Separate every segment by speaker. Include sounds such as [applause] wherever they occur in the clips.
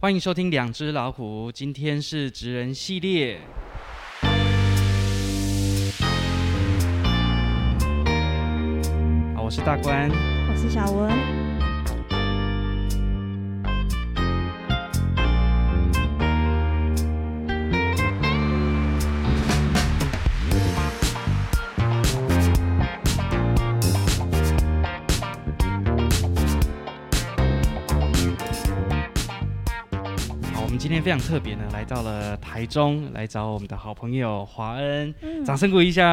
Speaker 1: 欢迎收听《两只老虎》，今天是职人系列。好，我是大官。
Speaker 2: 我是小文。
Speaker 1: 好，我们今天非常特别呢，来到了台中，来找我们的好朋友华恩，
Speaker 2: 嗯
Speaker 1: 掌声鼓一下。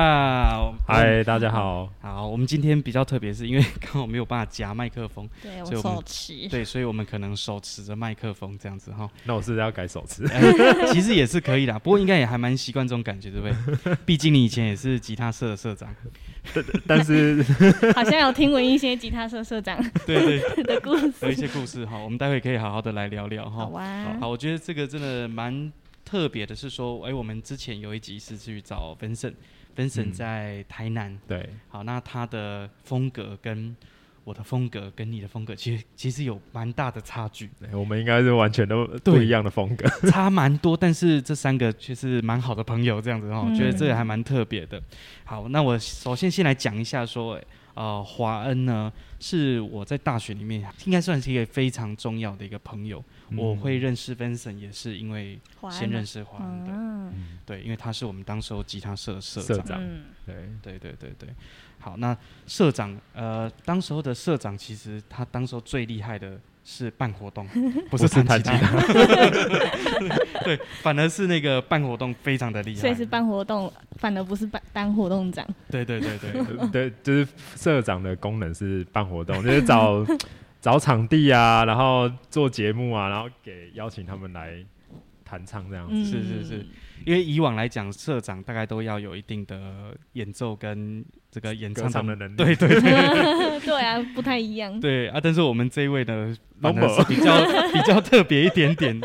Speaker 3: 嗨，大家好。
Speaker 1: 好，我们今天比较特别，是因为刚好没有办法夹麦克风，
Speaker 2: 对
Speaker 1: 所以
Speaker 2: 我
Speaker 1: 我们
Speaker 2: 手持。
Speaker 1: 对，所以我们可能手持着麦克风这样子哈、 [laughs]
Speaker 3: 那我是不是要改手词？
Speaker 1: 哎其实也是可以啦，不过应该也还蛮习惯这种感觉，对不对？毕竟你以前也是吉他社的社长，[laughs]
Speaker 3: 但是
Speaker 2: [laughs] 好像有听闻一些吉他社社长
Speaker 1: 对对，
Speaker 2: 的故
Speaker 1: 有一
Speaker 2: 事。
Speaker 1: 些故事哈，我们待会可以好哦好的来聊聊哈。
Speaker 2: 好啊，
Speaker 1: 好，我觉得这个真的蛮特别的，是说，哎、我们之前有一集是去找 Vincent，Vincent
Speaker 3: 嗯
Speaker 1: 在台南，
Speaker 3: 对，
Speaker 1: 好，那他的风格跟我的风格跟你的风格，其实其实有蛮大的差距，
Speaker 3: 对我们应该是完全都不一样的风格。
Speaker 1: [laughs] 差蛮多，但是这三个却是蛮好的朋友这样子哦，
Speaker 2: 嗯
Speaker 1: 觉得这个还蛮特别的。好，那我首先先来讲一下说，呃，华恩呢是我在大学里面应该算是一个非常重要的一个朋友，
Speaker 3: 嗯
Speaker 1: 我会认识 Vincent 也是因为
Speaker 2: 华安
Speaker 1: 先认
Speaker 2: 嘛
Speaker 1: 识华恩的，
Speaker 2: 嗯
Speaker 3: 嗯
Speaker 1: 对，因为他是我们当时候吉他社的社
Speaker 3: 社
Speaker 1: 长。
Speaker 3: 长
Speaker 2: 嗯
Speaker 3: 对，
Speaker 1: 对
Speaker 3: [laughs]
Speaker 1: 对对对，好，那社长，呃，当时候的社长其实他当时候最厉害的是办活
Speaker 2: [laughs]
Speaker 1: 动，不
Speaker 3: 不是弹吉
Speaker 1: 吉
Speaker 3: 他，
Speaker 1: 对，反而是那个办活动非常的厉害，
Speaker 2: 所以是办活动，反而不是办当活动长。
Speaker 1: 对对对对，
Speaker 2: [laughs]
Speaker 3: 对，就是社长的功能是办活动， [laughs] 就是找找场地啊，然后做节目啊，然后给邀请他们来弹唱这样子。
Speaker 2: 嗯，
Speaker 1: 是是是，因为以往来讲，社长大概都要有一定的演奏跟这个演
Speaker 3: 歌
Speaker 1: 唱
Speaker 3: 唱
Speaker 1: 的
Speaker 3: 的能
Speaker 1: 对
Speaker 3: 力，
Speaker 1: 对对
Speaker 2: 对啊，不太一 [laughs] 样。
Speaker 1: 对啊，但是我们这一位呢，
Speaker 3: 都
Speaker 1: 反而
Speaker 3: 没
Speaker 1: 是比较 [laughs] 比较特别一点点，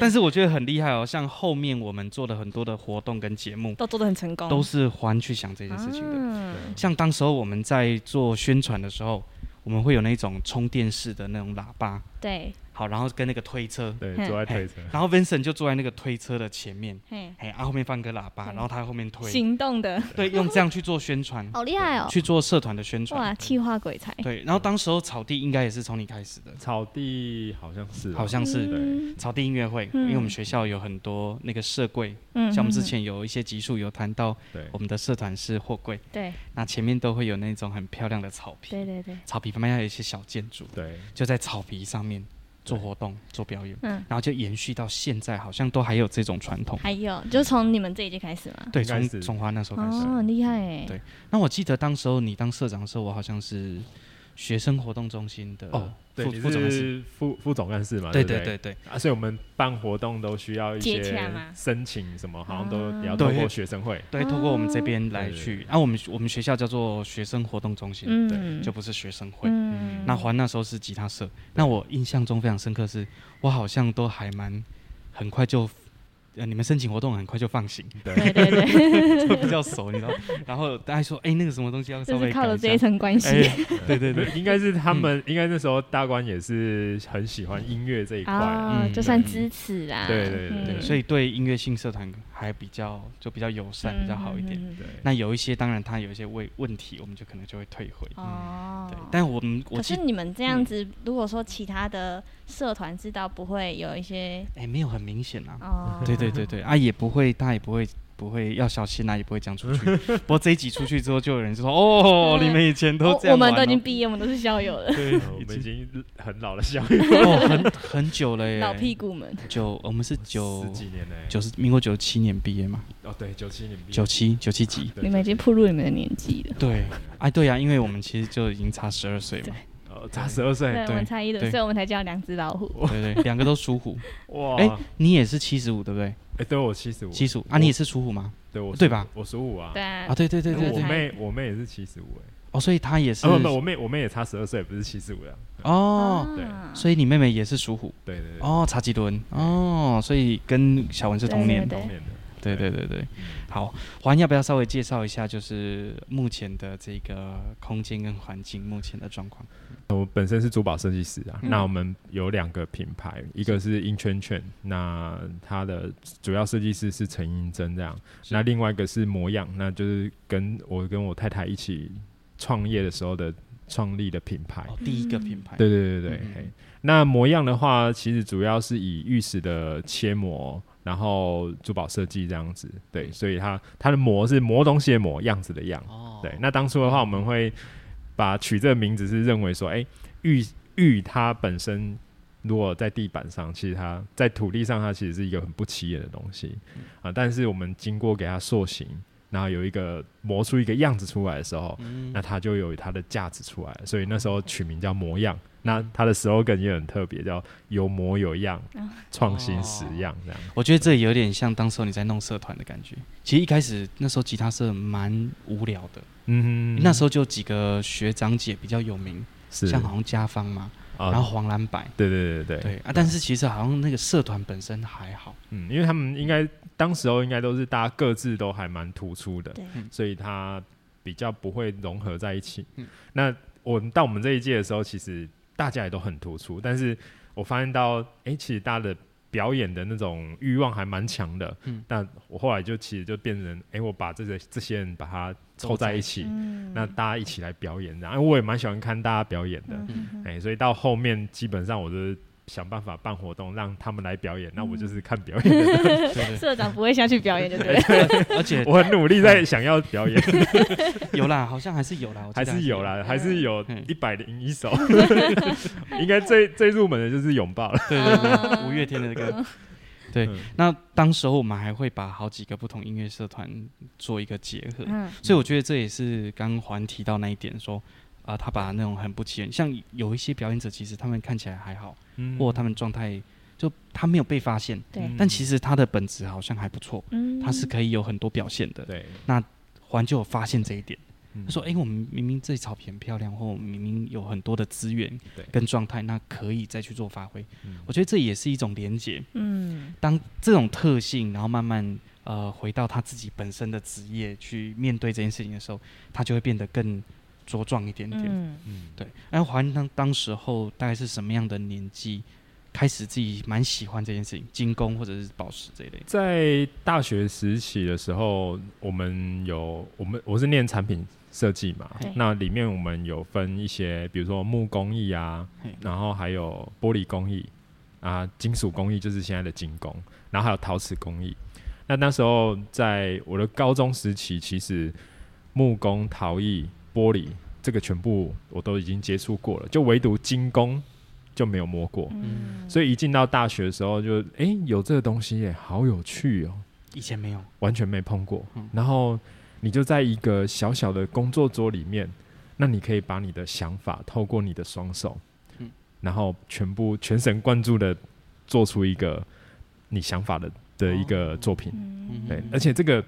Speaker 1: 但是我觉得很厉害哦，像后面我们做的很多的活动跟节目，
Speaker 2: 都做的很成功，
Speaker 1: 都
Speaker 2: 是
Speaker 1: 是环去想这件事情的。
Speaker 2: 的
Speaker 1: 像当时候我们在做宣传的时候，我们会有那种充电式的那种喇叭，
Speaker 2: 对，
Speaker 1: 好，然后跟那个推车，
Speaker 3: 对，
Speaker 2: 嘿
Speaker 3: 坐在推车，
Speaker 1: 然后 Vincent 就坐在那个推车的前面，
Speaker 2: 嘿，
Speaker 1: 哎，啊后面放个喇叭，
Speaker 2: 对
Speaker 1: 然后他在后面推，
Speaker 2: 行动的，
Speaker 1: [laughs] 对，用这样去做宣传，
Speaker 2: 好厉害哦！
Speaker 1: 去做社团的宣
Speaker 2: 哇，
Speaker 1: 传，
Speaker 2: 气化鬼才，
Speaker 1: 对。然后当时候草地应该也是从你开始的，
Speaker 3: 草地好像是吧，哦
Speaker 1: 好像是
Speaker 2: 嗯，
Speaker 1: 草地音乐会，
Speaker 2: 嗯
Speaker 1: 因为我们学校有很多那个社柜，
Speaker 2: 嗯
Speaker 1: 像我们之前有一些集数有谈到，
Speaker 3: 对
Speaker 1: 我们的社团是货柜，
Speaker 2: 对
Speaker 1: 那前面都会有那种很漂亮的草皮，
Speaker 2: 对对对，
Speaker 1: 草皮旁边还有一些小建筑，
Speaker 3: 对，
Speaker 1: 就在草皮上面做活动、做表演，
Speaker 2: 嗯，
Speaker 1: 然后就延续到现在，好像都还有这种传统。
Speaker 2: 还有就从你们这一届开始嘛，
Speaker 1: 对，
Speaker 3: 应该
Speaker 1: 从
Speaker 3: 是
Speaker 1: 从华那时候开始。
Speaker 2: 哦，很厉害哎，
Speaker 1: 对那我记得当时候你当社长的时候，我好像是学生活动中心的
Speaker 3: 哦，对，
Speaker 1: 副
Speaker 3: 你
Speaker 1: 副总干事。
Speaker 3: 是副副总干事嘛？
Speaker 1: 对
Speaker 3: 对不
Speaker 1: 对对，
Speaker 3: 啊，所以我们办活动都需要一
Speaker 2: 接
Speaker 3: 些
Speaker 2: 洽吗
Speaker 3: 申请什么，好像都
Speaker 2: 啊
Speaker 3: 也要透
Speaker 1: 对
Speaker 3: 过学生会。
Speaker 1: 对，
Speaker 2: 哦
Speaker 1: 通过我们这边来
Speaker 3: 对对
Speaker 1: 去，啊，我们我们学校叫做学生活动中心，
Speaker 2: 嗯，
Speaker 1: 就不是学生会。
Speaker 2: 嗯
Speaker 1: 那环那时候是吉他社，那我印象中非常深刻是，我好像都还蛮很快就，呃，你们申请活动很快就放行， [laughs]
Speaker 2: 对对对，
Speaker 1: 就比较熟，你知道。然后大家说，哎、那个什么东西要稍
Speaker 2: 就
Speaker 1: 微改
Speaker 2: 是靠
Speaker 1: 一
Speaker 2: 了
Speaker 1: 下
Speaker 2: 这一。层关系。
Speaker 1: 哎、对对
Speaker 2: [laughs]
Speaker 1: 嗯
Speaker 3: 对
Speaker 1: 对，
Speaker 3: 应该是他们，应该那时候大官也是很喜欢音乐这一块啊。
Speaker 2: 哦
Speaker 1: 嗯，
Speaker 2: 就算支持啊啦。
Speaker 3: 对对对
Speaker 1: 对，
Speaker 3: 嗯
Speaker 1: 所以对音乐性社团还比较就比较友善，
Speaker 2: 嗯
Speaker 1: 比较好一点。
Speaker 2: 点
Speaker 3: 对，
Speaker 1: 那有一些当然它有一些问问题，我们就可能就会退回。
Speaker 2: 哦
Speaker 1: 嗯对，，但我们我
Speaker 2: 可
Speaker 1: 记嗯
Speaker 2: 是你们这样子，如果说其他的社团知道，不会有一些
Speaker 1: 哎、没有很明显啊。[laughs]
Speaker 2: 哦，
Speaker 1: 对对对对啊，也不会，他也不会。不会要小心啊，也不会讲出
Speaker 2: [laughs]
Speaker 1: 去。不过这一集出去之后，就有人就说：“哦，
Speaker 2: 嗯
Speaker 1: 你们以前
Speaker 2: 我，
Speaker 1: 都这
Speaker 2: 我
Speaker 1: 样玩、哦。”
Speaker 2: 们都已
Speaker 1: [laughs]
Speaker 2: 经毕业，我们都是校友了，
Speaker 1: 对，[laughs]
Speaker 3: 我
Speaker 1: 已
Speaker 3: 们已
Speaker 1: 经
Speaker 3: 经很老了，小十
Speaker 1: 哦，很很久了耶，
Speaker 2: [laughs] 老屁股们。
Speaker 1: 九，我们是九
Speaker 3: 几年呢。
Speaker 1: 九是民国九七年毕业嘛，
Speaker 3: 哦，对，九七年毕业。
Speaker 1: 九七九七级。
Speaker 3: 对
Speaker 2: 你们已经步入你们的年纪了，
Speaker 1: 对，哎，对呀、因为我们其实就已经差十二岁嘛，
Speaker 3: 哦，差十二岁，
Speaker 2: 对，我
Speaker 1: 对
Speaker 2: 们差一轮，
Speaker 1: 对哦
Speaker 2: 所以我们才叫两只老虎。
Speaker 1: 对对，两个都属
Speaker 3: [laughs]
Speaker 1: 虎。
Speaker 3: 哇！
Speaker 1: 哎你也是七十五对不对？
Speaker 3: 哎，对哦我七十五，
Speaker 1: 七十五啊，
Speaker 3: 我
Speaker 1: 你也是属虎吗？
Speaker 3: 对我
Speaker 1: 对吧？
Speaker 3: 我十五啊
Speaker 2: 对，啊
Speaker 1: 啊，，对对对
Speaker 3: 因
Speaker 1: 对
Speaker 3: 为我
Speaker 1: 对。
Speaker 3: 妹我妹也是七十五哎，
Speaker 1: 哦，所以他也是
Speaker 3: 啊不不，我妹我妹也差十二岁，不是七十五了。
Speaker 1: 哦，
Speaker 3: 对
Speaker 2: 啊
Speaker 1: 所以你妹妹也是属虎
Speaker 3: 对对对，
Speaker 1: 哦哦，查吉伦哦，所以跟小文是同年
Speaker 2: 对对对
Speaker 3: 同年的。
Speaker 1: 对对对对，好，华安要不要稍微介绍一下，就是目前的这个空间跟环境目前的状况？
Speaker 3: 我本身是珠宝设计师啊，
Speaker 1: 嗯
Speaker 3: 那我们有两个品牌，一个是英圈圈，那它的主要设计师是陈英珍这样，
Speaker 1: 是
Speaker 3: 那另外一个是模样，那就是跟我跟我太太一起创业的时候的创立的品牌。
Speaker 1: 哦，第一个品牌，
Speaker 3: 对对对对，
Speaker 1: 嗯
Speaker 3: 嘿那模样的话，其实主要是以玉石的切磨，然后珠宝设计这样子，
Speaker 1: 嗯
Speaker 3: 对，所以它它的磨是磨东西的磨，样子的样，
Speaker 1: 哦，
Speaker 3: 对，那当初的话，我们会把取这个名字是认为说，哎、玉玉它本身如果在地板上，其实它在土地上，它其实是一个很不起眼的东西
Speaker 1: 嗯
Speaker 3: 啊、但是我们经过给它塑形，然后有一个磨出一个样子出来的时候，
Speaker 1: 嗯
Speaker 3: 那它就有它的价值出来了，所以那时候取名叫模样。那它的 slogan 也很特别，叫有模有样
Speaker 2: 哦，
Speaker 1: 嗯
Speaker 3: 创新实样这样。
Speaker 1: 我觉得这有点像当时候你在弄社团的感觉。其实一开始那时候吉他社蛮无聊的，
Speaker 3: 嗯哼，
Speaker 1: 那时候就几个学长姐比较有名，
Speaker 3: 是
Speaker 1: 像好像家芳嘛，
Speaker 3: 啊，
Speaker 1: 然后黄蓝白，
Speaker 3: 对对对对
Speaker 1: 对啊，但是其实好像那个社团本身还
Speaker 3: [laughs]
Speaker 1: 好，
Speaker 3: 嗯，因为他们应该当时候应该都是大家各自都还蛮突出的
Speaker 2: 对，
Speaker 3: 所以他比较不会融合在一起。
Speaker 1: 嗯
Speaker 3: 那我们到我们这一届的时候，其实大家也都很突出，但是我发现到，哎、其实大家的表演的那种欲望还蛮强的。
Speaker 1: 嗯
Speaker 3: 那我后来就其实就变成，哎、我把这些这些人把它凑在一起，
Speaker 2: 嗯
Speaker 3: 那大家一起来表演，然后我也蛮喜欢看大家表演的。
Speaker 2: 嗯嗯嗯
Speaker 3: 哎、所以到后面基本上我就是想办法办活动，让他们来表演，那我就是看表演的人，
Speaker 1: 对对
Speaker 2: 嗯社长不会下去表演，就对
Speaker 1: [laughs]
Speaker 2: 了。
Speaker 1: 而且
Speaker 3: 我很努力在想要
Speaker 1: [laughs]
Speaker 3: 表演， [laughs]
Speaker 1: 有啦，好像还是有啦，我记
Speaker 3: 还
Speaker 1: 得
Speaker 3: 是有啦，还是有
Speaker 1: 嗯
Speaker 3: 一百零一首， [laughs] 应该最最入门的就是拥抱了，
Speaker 1: 对对对，
Speaker 2: 嗯
Speaker 1: 五月天的
Speaker 2: [laughs]
Speaker 1: 歌。对
Speaker 3: 嗯，
Speaker 1: 那当时候我们还会把好几个不同音乐社团做一个结合，
Speaker 2: 嗯，
Speaker 1: 所以我觉得这也是刚刚环提到那一点说，啊、他把那种很不起眼，像有一些表演者，其实他们看起来还好，
Speaker 3: 嗯
Speaker 2: 嗯
Speaker 1: 或他们状态就他没有被发现，
Speaker 2: 对，
Speaker 1: 但其实他的本质好像还不错，
Speaker 2: 嗯，
Speaker 1: 他是可以有很多表现的。
Speaker 3: 对，
Speaker 1: 环就有发现这一点，
Speaker 3: 嗯
Speaker 1: 他说：“诶，我们明明这草皮很漂亮，或我们明明有很多的资源
Speaker 3: 对
Speaker 1: 跟状态，那可以再去做发挥。
Speaker 3: 嗯
Speaker 1: 我觉得这也是一种连接。
Speaker 2: 嗯，
Speaker 1: 当这种特性，然后慢慢呃回到他自己本身的职业去面对这件事情的时候，他就会变得更茁壮一点点。
Speaker 2: 嗯
Speaker 3: 嗯
Speaker 1: 对，那环当当时候大概是什么样的年纪开始自己蛮喜欢这件事情，精工或者是宝石这一类的？
Speaker 3: 在大学时期的时候，我们有我们我是念产品设计嘛
Speaker 2: 对，
Speaker 3: 那里面我们有分一些，比如说木工艺啊
Speaker 1: 嘿，
Speaker 3: 然后还有玻璃工艺啊，金属工艺就是现在的精工，然后还有陶瓷工艺。那那时候在我的高中时期，其实木工、陶艺、玻璃这个全部我都已经接触过了，就唯独精工就没有摸过。
Speaker 1: 嗯
Speaker 2: 嗯，
Speaker 3: 所以一进到大学的时候就，诶有这个东西耶，好有趣哦，
Speaker 1: 以前没有，
Speaker 3: 完全没碰过。
Speaker 1: 嗯
Speaker 3: 然后你就在一个小小的工作桌里面，那你可以把你的想法透过你的双手，
Speaker 1: 嗯
Speaker 3: 然后全部全神贯注的做出一个你想法的的一个
Speaker 1: 哦
Speaker 3: 作品。
Speaker 2: 嗯
Speaker 3: 对
Speaker 1: 嗯，
Speaker 3: 而且这个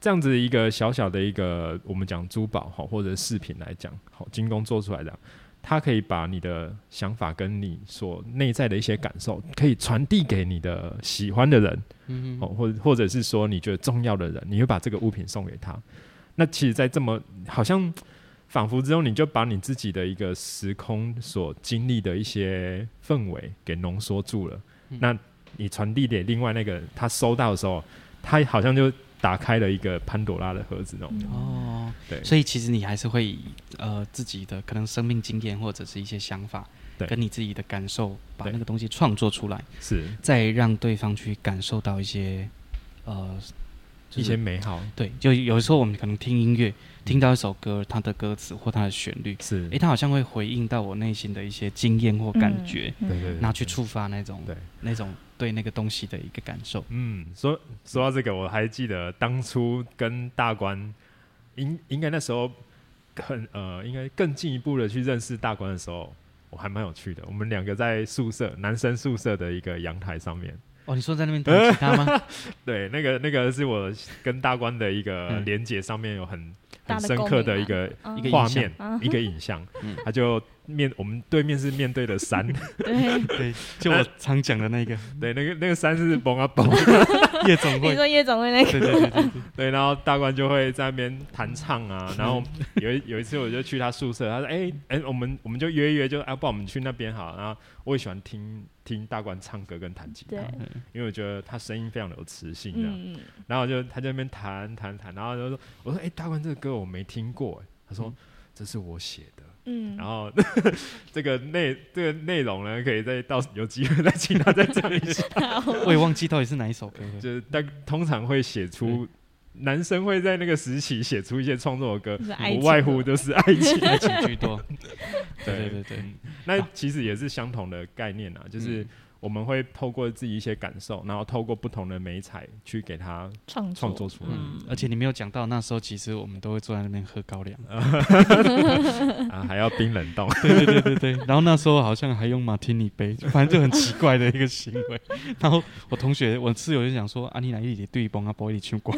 Speaker 3: 这样子一个小小的一个我们讲珠宝好或者饰品来讲，好精工做出来的，它可以把你的想法跟你所内在的一些感受，可以传递给你的喜欢的人，
Speaker 1: 嗯
Speaker 3: 哦，或或者是说你觉得重要的人，你会把这个物品送给他。那其实，在这么好像仿佛之中，你就把你自己的一个时空所经历的一些氛围给浓缩住了。
Speaker 1: 嗯
Speaker 3: 那你传递给另外那个人，他收到的时候，他好像就打开了一个潘朵拉的盒子那种。
Speaker 2: 嗯
Speaker 1: 哦，
Speaker 3: 对
Speaker 1: 所以其实你还是会以呃自己的可能生命经验或者是一些想法，
Speaker 3: 对
Speaker 1: 跟你自己的感受，把
Speaker 3: 对
Speaker 1: 那个东西创作出来，
Speaker 3: 是
Speaker 1: 再让对方去感受到一些呃、就是
Speaker 3: 一些美好，
Speaker 1: 对，就有时候我们可能听音乐，听到一首歌，它的歌词或它的旋律，
Speaker 3: 是
Speaker 1: 诶，它好像会回应到我内心的一些经验或感觉，
Speaker 2: 嗯
Speaker 3: 对对对
Speaker 1: 拿去触发那种
Speaker 3: 对
Speaker 1: 那种对那个东西的一个感受。
Speaker 3: 嗯，说说到这个，我还记得当初跟大关，应应该那时候很呃，应该更进一步的去认识大关的时候，我还蛮有趣的。我们两个在宿舍男生宿舍的一个阳台上面，
Speaker 1: 哦，你说在那 [laughs] 边弹吉他吗？
Speaker 3: 对，那个那个是我跟大关的一个
Speaker 1: 嗯
Speaker 3: 连接上面有很、
Speaker 2: 大
Speaker 3: 很
Speaker 2: 的
Speaker 3: 深
Speaker 2: 共
Speaker 3: 刻
Speaker 2: 鸣
Speaker 3: 的
Speaker 2: 嘛
Speaker 3: 一个
Speaker 2: 嗯
Speaker 1: 一个
Speaker 3: 画
Speaker 1: 影像
Speaker 3: 面，一个影像
Speaker 1: 嗯，
Speaker 3: 他就面我们对面是面对
Speaker 1: [laughs]
Speaker 3: 的山，
Speaker 2: 对， [laughs]
Speaker 1: 对，就我常讲的那 [laughs] 个
Speaker 3: 对，那个那个山是崩啊崩，
Speaker 1: 夜总
Speaker 2: 你
Speaker 1: 会，
Speaker 2: 说夜总会那个，
Speaker 1: 对对对嗯对对，
Speaker 3: [laughs] 对，然后大官就会在那边弹唱啊，然后有一有一次我就去他宿舍，他说：“哎、哎、我们我们就约一约就，啊，不然我们去那边好。”然后我也喜欢听听大官唱歌跟弹吉他
Speaker 2: [laughs]
Speaker 1: 啊
Speaker 2: 对，
Speaker 3: 因为我觉得他声音非常的有磁性这样。
Speaker 2: 嗯，
Speaker 3: 然后我就他就在那边弹弹弹，然后就说：“我说哎、大官这个歌我没听过。哎”他说：“
Speaker 1: 嗯
Speaker 3: 这是我写的。”
Speaker 2: 嗯，
Speaker 3: 然后 [laughs] 这个内这个内容呢，可以再到有机会再请他再讲一下。
Speaker 1: 我也忘记到底是哪一首歌了。
Speaker 3: 就是但通常会写出男生会在那个时期写出一些创作的歌
Speaker 2: 就是爱，情
Speaker 3: 不外乎就是爱情。
Speaker 2: [laughs]
Speaker 1: 爱情居多，[laughs] 对嗯
Speaker 3: 对
Speaker 1: 对对对，
Speaker 3: 那其实也是相同的概念啊，
Speaker 1: 嗯
Speaker 3: 就是我们会透过自己一些感受，然后透过不同的美彩去给它
Speaker 2: 创
Speaker 3: 创作出来。
Speaker 1: 嗯，而且你没有讲到那时候，其实我们都会坐在那边喝高粱，
Speaker 2: 嗯
Speaker 3: 啊，还要冰冷
Speaker 2: [laughs]
Speaker 3: 冻。
Speaker 1: [laughs] 对对对对对，然后那时候好像还用马提尼杯，反正就很奇怪的一个行为。 [laughs] 然后我同学我室友就讲说，啊你来一起对崩啊，不一起去
Speaker 2: [laughs]
Speaker 1: 过，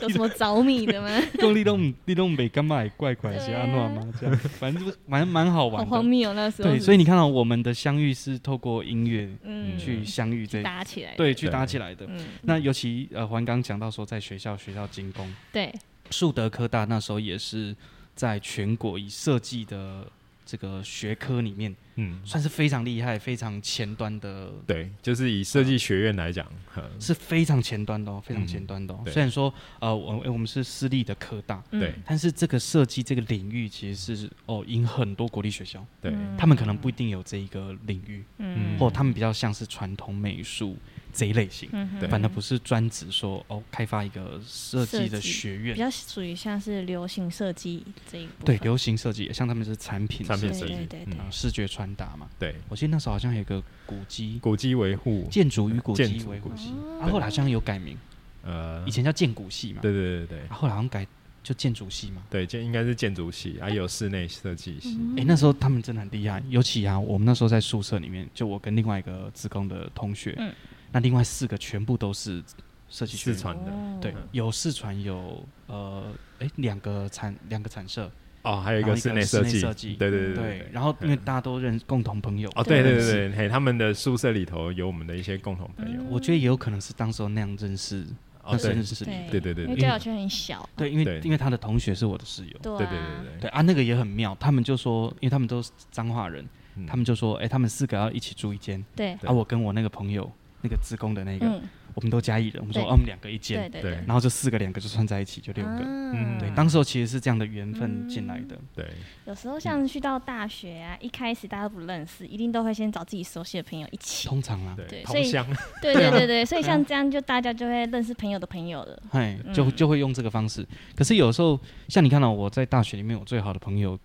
Speaker 2: 有什么着迷的吗？
Speaker 1: 够你都不你都没干嘛也怪怪是安诺
Speaker 2: [laughs]
Speaker 1: 吗？这样，反正就是蛮蛮好 [laughs]
Speaker 2: 好
Speaker 1: 玩
Speaker 2: 荒
Speaker 1: 的。
Speaker 2: 谬哦，那时候
Speaker 1: 对，所
Speaker 2: 以
Speaker 1: 以你看到我们的相遇是透过音乐
Speaker 2: 嗯
Speaker 1: 去相遇这，
Speaker 2: 搭起来，，
Speaker 1: 对，去
Speaker 3: 对
Speaker 1: 搭起来的。
Speaker 2: 嗯，
Speaker 1: 那尤其呃，环刚讲到说，在学校学校精工，
Speaker 2: 对，
Speaker 1: 树德科大那时候也是在全国以设计的这个学科里面，
Speaker 3: 嗯，
Speaker 1: 算是非常厉害、非常前端的，
Speaker 3: 对，就是以设计学院来讲，呵
Speaker 1: 是非常前端的哦，非常前端的哦。
Speaker 3: 对
Speaker 1: 虽然说呃，我我们是私立的科大，
Speaker 2: 嗯
Speaker 3: 对
Speaker 1: 但是这个设计这个领域其实是哦，赢很多国立学校，
Speaker 3: 对，
Speaker 2: 嗯
Speaker 1: 他们可能不一定有这一个领域，
Speaker 2: 嗯，
Speaker 1: 或他们比较像是传统美术这一类型。
Speaker 2: 嗯哼
Speaker 3: 对
Speaker 1: 反而不是专职说哦，开发一个设计
Speaker 2: 设
Speaker 1: 的
Speaker 2: 计
Speaker 1: 学院
Speaker 2: 比，较属于像是流行设计这一部分，
Speaker 1: 对，流行设计，像他们是产品
Speaker 3: 产品
Speaker 1: 设
Speaker 3: 设
Speaker 1: 计
Speaker 3: 计嗯
Speaker 2: 对对，对
Speaker 1: 啊、视觉传达嘛。
Speaker 3: 对，
Speaker 1: 我记得那时候好像有个古迹，
Speaker 3: 古迹维护，
Speaker 1: 建筑与古
Speaker 3: 建
Speaker 1: 迹
Speaker 3: 筑
Speaker 1: 维护
Speaker 3: 古，迹，
Speaker 2: 哦
Speaker 1: 啊，后来好像有改名，
Speaker 3: 呃
Speaker 1: 以，前叫建古系嘛，
Speaker 3: 对对对对
Speaker 1: 啊，后来好像改就建筑系嘛。
Speaker 3: 对，建应该是建筑系，还有室内设计系。
Speaker 2: 嗯
Speaker 1: 哎、那时候他们真的很厉害，尤其啊，我们那时候在宿舍里面，就我跟另外一个职工的同学，
Speaker 2: 嗯
Speaker 1: 那另外四个全部都是设计学
Speaker 3: 四
Speaker 1: 院，
Speaker 3: 川的
Speaker 2: 哦
Speaker 1: 对，有四传有呃，哎、两个产两个产社，
Speaker 3: 哦，还有一
Speaker 1: 然
Speaker 3: 个
Speaker 1: 后一
Speaker 3: 室
Speaker 1: 个
Speaker 3: 内
Speaker 1: 室
Speaker 3: 设
Speaker 1: 内
Speaker 3: 计
Speaker 1: 设计，嗯
Speaker 3: 对对
Speaker 1: 对
Speaker 3: 对，。
Speaker 1: 然后因为大家都认共同朋友，
Speaker 3: 哦，对对
Speaker 1: 认识
Speaker 3: 对对，嘿，他们的宿舍里头有我们的一些共同朋友。
Speaker 2: 嗯
Speaker 1: 我觉得也有可能是当时候那样认识，
Speaker 3: 哦，
Speaker 1: 那时候
Speaker 3: 对
Speaker 1: 认识你的。
Speaker 3: 对对对
Speaker 2: 因为
Speaker 3: 对
Speaker 2: 交友圈很小，
Speaker 1: 对，因为
Speaker 3: 对
Speaker 1: 因为他的同学是我的室友。
Speaker 2: 对
Speaker 3: 嗯对对对
Speaker 1: 对啊，那个也很妙，他们就说，因为他们都是彰化人，
Speaker 3: 嗯
Speaker 1: 他们就说，哎、他们四个要一起住一间。
Speaker 2: 对
Speaker 3: 对
Speaker 1: 啊，我跟我那个朋友，那个职工的那个，
Speaker 2: 嗯，
Speaker 1: 我们都嘉义人，我们说，
Speaker 2: 对
Speaker 1: 哦，我们两个一
Speaker 2: 对
Speaker 1: 间，
Speaker 2: 对
Speaker 3: 对
Speaker 2: 对，
Speaker 1: 然后就四个两个就算在一起，就六个。
Speaker 2: 嗯
Speaker 1: 对，当时候其实是这样的缘分
Speaker 2: 嗯
Speaker 1: 进来的。
Speaker 3: 对
Speaker 2: 有时候
Speaker 1: 嗯
Speaker 2: 像去到大学啊，一开始大家都不认识，一定都会先找自己熟悉的朋友一起。
Speaker 1: [laughs] 通常啊，
Speaker 3: 对，
Speaker 2: 对所
Speaker 3: 同
Speaker 2: 以
Speaker 3: 乡，
Speaker 2: 对
Speaker 1: 对
Speaker 2: 对
Speaker 1: 啊
Speaker 2: 对对，所以
Speaker 1: 对啊
Speaker 2: 像这样就大家就会认识朋友的朋友了。
Speaker 1: 嘿，就
Speaker 2: 嗯
Speaker 1: 就会用这个方式。可是有时候，像你看到我在大学里面，我最好的朋友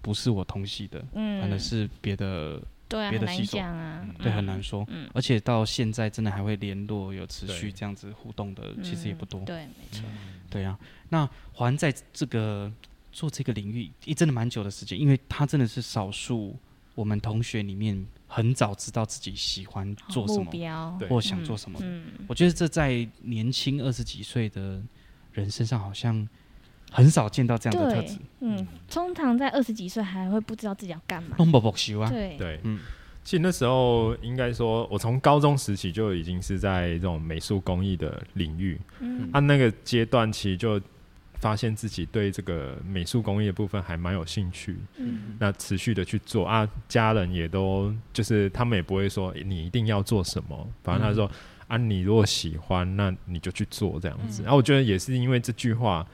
Speaker 1: 不是我同系的，反而
Speaker 2: 嗯，
Speaker 1: 啊是别的，
Speaker 2: 对啊，
Speaker 1: 别的
Speaker 2: 很难
Speaker 1: 系所
Speaker 2: 讲啊，
Speaker 1: 对，
Speaker 2: 嗯
Speaker 1: 很难说。
Speaker 2: 嗯，
Speaker 1: 而且到现在真的还会联络，有持续
Speaker 3: 对
Speaker 1: 这样子互动的，其实也不多
Speaker 2: 嗯。对，没错。
Speaker 1: 对啊，那环在这个做这个领域，也真的蛮久的时间，因为他真的是少数我们同学里面很早知道自己喜欢做什
Speaker 2: 目
Speaker 1: 么
Speaker 2: 标，
Speaker 3: 对
Speaker 1: 或想做什么的。
Speaker 2: 嗯，
Speaker 1: 我觉得这在年轻二十几岁的人身上好像很少见到这样的特质
Speaker 2: 对。，嗯，通常在二十几岁还会不知道自己要干嘛。
Speaker 1: 弄不不修啊，
Speaker 2: 对，
Speaker 3: [laughs] 对，
Speaker 1: 嗯
Speaker 3: 其实那时候应该说，我从高中时期就已经是在这种美术工艺的领域，
Speaker 2: 嗯
Speaker 3: 他那个阶段其实就发现自己对这个美术工艺的部分还蛮有兴趣，
Speaker 2: 嗯
Speaker 3: 那持续的去做啊，家人也都就是他们也不会说诶你一定要做什么，
Speaker 1: 嗯
Speaker 3: 反正他说、啊，你如果喜欢，那你就去做这样子。
Speaker 2: 嗯
Speaker 3: 然后、我觉得也是因为这句话，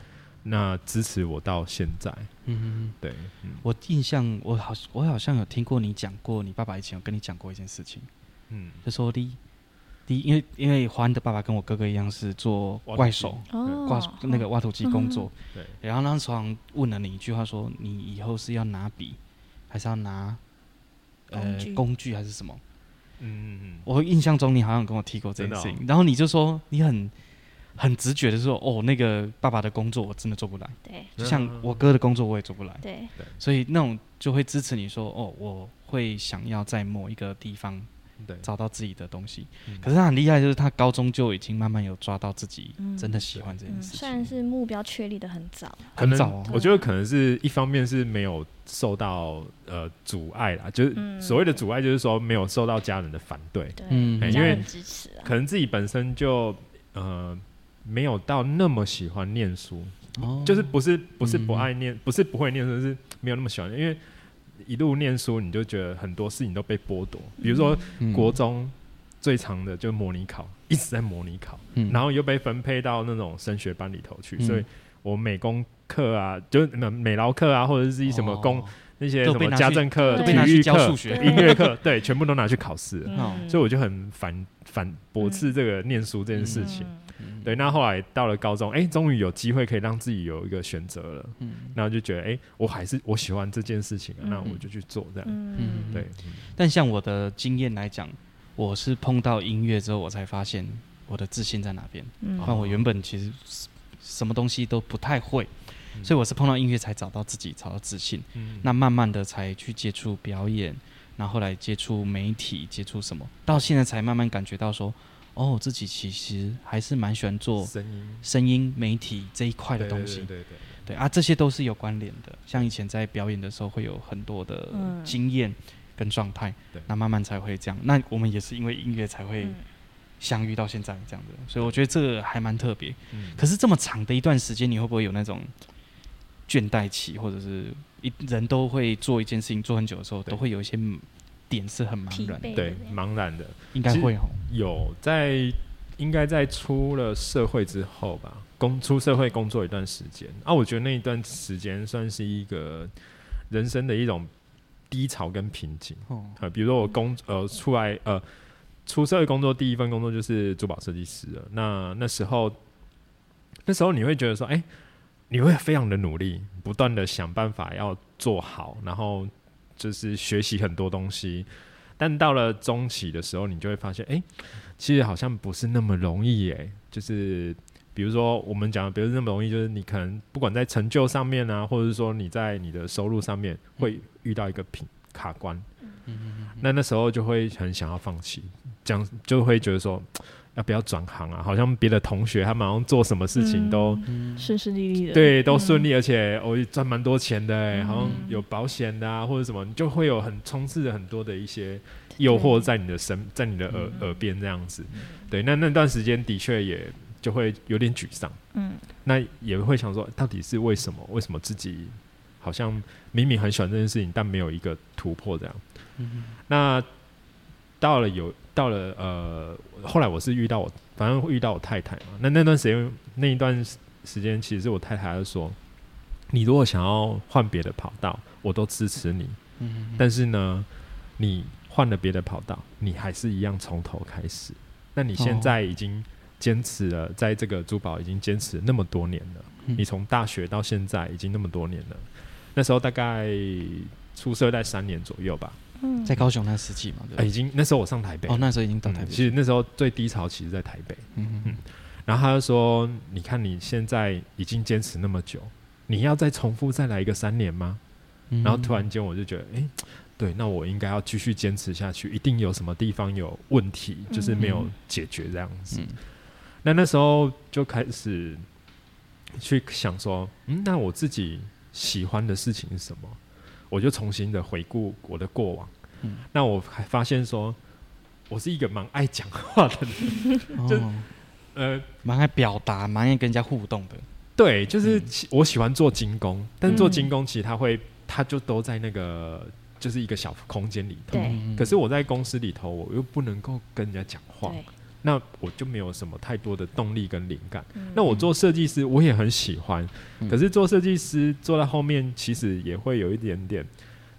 Speaker 3: 那支持我到现在。
Speaker 1: 嗯，
Speaker 3: 对，嗯
Speaker 1: 我印象我好我好像有听过你讲过，你爸爸以前有跟你讲过一件事情，
Speaker 3: 嗯，
Speaker 1: 就说你你因为因为华安的爸爸跟我哥哥一样是做怪手。
Speaker 2: 哦，嗯
Speaker 1: 挂那个挖土机工作，
Speaker 3: 对，
Speaker 1: 然后那时候好像问了你一句话说，你以后是要拿笔，还是要拿呃
Speaker 2: 工具
Speaker 1: 工具还是什么？
Speaker 3: 嗯嗯嗯，
Speaker 1: 我印象中你好像有跟我提过这件事情，
Speaker 3: 真的
Speaker 2: 哦
Speaker 1: 然后你就说你很很直觉的说，哦，那个爸爸的工作我真的做不来，
Speaker 2: 对
Speaker 1: 就像我哥的工作我也做不来，
Speaker 2: 对，
Speaker 1: 所以那种就会支持你说，哦，我会想要在某一个地方
Speaker 3: 对，
Speaker 1: 找到自己的东西。
Speaker 3: 嗯
Speaker 1: 可是他很厉害，就是他高中就已经慢慢有抓到自己
Speaker 2: 嗯
Speaker 1: 真的喜欢这件
Speaker 2: 嗯，
Speaker 1: 事
Speaker 2: 算
Speaker 1: 情，
Speaker 2: 是目标确立的很早，
Speaker 3: 可
Speaker 1: 很
Speaker 3: 能
Speaker 1: 早哦。
Speaker 3: 我觉得可能是一方面是没有受到呃阻碍啦，就是
Speaker 2: 嗯
Speaker 3: 所谓的阻碍，就是说没有受到家人的反对，
Speaker 2: 对，
Speaker 1: 嗯
Speaker 3: 哎
Speaker 2: 家
Speaker 3: 因为
Speaker 2: 人支持啊，
Speaker 3: 可能自己本身就呃没有到那么喜欢念书，
Speaker 1: 哦
Speaker 3: 就是不是不是不
Speaker 1: 嗯
Speaker 3: 爱念，不是不会念书，是没有那么喜欢，因为一路念书你就觉得很多事情都被剥夺，比如说
Speaker 1: 嗯
Speaker 3: 国中最长的就是模拟考，一直在模拟考，
Speaker 1: 嗯
Speaker 3: 然后又被分配到那种升学班里头去，
Speaker 1: 嗯
Speaker 3: 所以我美工课啊，就是美美劳课啊，或者是一什么工、
Speaker 1: 哦
Speaker 3: 那些
Speaker 1: 都
Speaker 3: 什
Speaker 1: 被
Speaker 3: 么
Speaker 1: 拿去
Speaker 3: 家政课、
Speaker 1: 都
Speaker 3: 体
Speaker 1: 被拿去
Speaker 3: 育
Speaker 1: 教
Speaker 3: 课
Speaker 1: 数、学，
Speaker 2: 对
Speaker 3: 音乐课，对，全部都拿去考试
Speaker 2: 嗯
Speaker 3: 了。
Speaker 1: 好
Speaker 3: 所以我就很反反驳斥这个念书这件事情。
Speaker 2: 嗯
Speaker 1: 嗯
Speaker 3: 对，那后来到了高中，哎、终于有机会可以让自己有一个选择了，
Speaker 1: 嗯
Speaker 3: 然后就觉得，哎、我还是我喜欢这件事情、啊，
Speaker 2: 嗯
Speaker 3: 那我就去做这样。
Speaker 1: 嗯
Speaker 2: 嗯，
Speaker 3: 对，
Speaker 1: 但像我的经验来讲，我是碰到音乐之后，我才发现我的自信在哪边。
Speaker 3: 哦
Speaker 2: 嗯
Speaker 1: 那、我原本其实是什么东西都不太会，
Speaker 3: 嗯
Speaker 1: 所以我是碰到音乐才找到自己，找到自信。
Speaker 3: 嗯
Speaker 1: 那慢慢的才去接触表演，然后后来接触媒体，接触什么，到现在才慢慢感觉到说，哦，自己其实还是蛮喜欢做
Speaker 3: 声音
Speaker 1: 声音媒体这一块的
Speaker 3: 对
Speaker 1: 东
Speaker 3: 对
Speaker 1: 西。
Speaker 3: 对对对
Speaker 1: 对啊，这些都是有关联的。像以前在表演的时候，会有很多的
Speaker 2: 嗯
Speaker 1: 经验跟状态，
Speaker 3: 对
Speaker 1: 那慢慢才会这样。那我们也是因为音乐才会
Speaker 2: 嗯
Speaker 1: 相遇到现在这样子，所以我觉得这个还蛮特别。
Speaker 3: 嗯
Speaker 1: 可是这么长的一段时间，你会不会有那种倦怠期，或者是一人都会做一件事情做很久的时候，
Speaker 3: 对
Speaker 1: 都会有一些点是很茫
Speaker 2: 疲
Speaker 1: 然的，
Speaker 2: 惫
Speaker 3: 对
Speaker 2: 的，
Speaker 3: 茫然的
Speaker 1: 应该会哦吼。
Speaker 3: 有在，应该在出了社会之后吧，工出社会工作一段时间啊，我觉得那一段时间算是一个人生的一种低潮跟瓶颈。
Speaker 1: 哦，
Speaker 3: 呃，比如说我工呃出来呃出社会工作第一份工作就是珠宝设计师了。那那时候那时候你会觉得说，哎、你会非常的努力，不断的想办法要做好，然后就是学习很多东西。但到了中期的时候，你就会发现，哎、其实好像不是那么容易、哎，就是比如说我们讲的不是那么容易，就是你可能不管在成就上面啊，或者是说你在你的收入上面会遇到一个瓶卡关，
Speaker 1: 嗯
Speaker 3: 那那时候就会很想要放弃，这样就会觉得说要不要转行啊？好像别的同学他们好像做什么事情都、
Speaker 1: 嗯
Speaker 2: 顺顺利利的，
Speaker 3: 对都
Speaker 2: 嗯
Speaker 3: 顺利，而且我、哦、赚蛮多钱的、欸，好像
Speaker 2: 嗯
Speaker 3: 有保险的啊或者什么，你就会有很充斥着很多的一些诱惑在你的
Speaker 2: 嗯
Speaker 3: 身在你的耳、耳边这样子。对，那那段时间的确也就会有点沮丧。
Speaker 2: 嗯，
Speaker 3: 那也会想说，到底是为什么？为什么自己好像明明很喜欢这件事情，但没有一个突破这样？
Speaker 1: 嗯
Speaker 3: 那到了有到了呃，后来我是遇到我，反正遇到我太太嘛。那那段时间那一段时时间，其实是我太太就说，你如果想要换别的跑道，我都支持你。
Speaker 1: 嗯
Speaker 3: 但是呢，你换了别的跑道，你还是一样从头开始。那你现
Speaker 1: 哦
Speaker 3: 在已经坚持了，在这个珠宝已经坚持了那么多年了。
Speaker 1: 嗯
Speaker 3: 你从大学到现在已经那么多年了，那时候大概出社在三年左右吧，
Speaker 2: 嗯
Speaker 1: 在高雄那时期嘛，对不
Speaker 3: 呃已
Speaker 1: 对
Speaker 3: 经那时候我上台北了，
Speaker 1: 哦，那时候已经到台
Speaker 3: 嗯
Speaker 1: 北
Speaker 3: 其
Speaker 1: 去，
Speaker 3: 实那时候最低潮其实在台北。
Speaker 1: 嗯嗯
Speaker 3: 然后他就说：“你看你现在已经坚持那么久，你要再重复再来一个三年吗？”
Speaker 1: 嗯
Speaker 3: 然后突然间我就觉得，哎、对，那我应该要继续坚持下去，一定有什么地方有问题，就是没有
Speaker 1: 嗯
Speaker 3: 解决这样子。
Speaker 1: 嗯
Speaker 3: 那那时候就开始去想说，嗯，那我自己喜欢的事情是什么？我就重新的回顾我的过往。
Speaker 1: 嗯
Speaker 3: 那我还发现说，我是一个蛮爱讲话的人，就
Speaker 1: 哦
Speaker 3: 呃，
Speaker 1: 蛮爱表达，蛮爱跟人家互动的。
Speaker 3: 对，就是
Speaker 1: 嗯
Speaker 3: 其我喜欢做精工，但是做
Speaker 2: 嗯
Speaker 3: 精工其实它会，它就都在那个就是一个小空间里头。
Speaker 2: 对
Speaker 1: 嗯
Speaker 3: 可是我在公司里头，我又不能够跟人家讲话，
Speaker 2: 对，
Speaker 3: 那我就没有什么太多的动力跟灵感。
Speaker 2: 嗯
Speaker 3: 那我做设计师，我也很喜欢，
Speaker 1: 嗯
Speaker 3: 可是做设计师做到后面，其实也会有一点点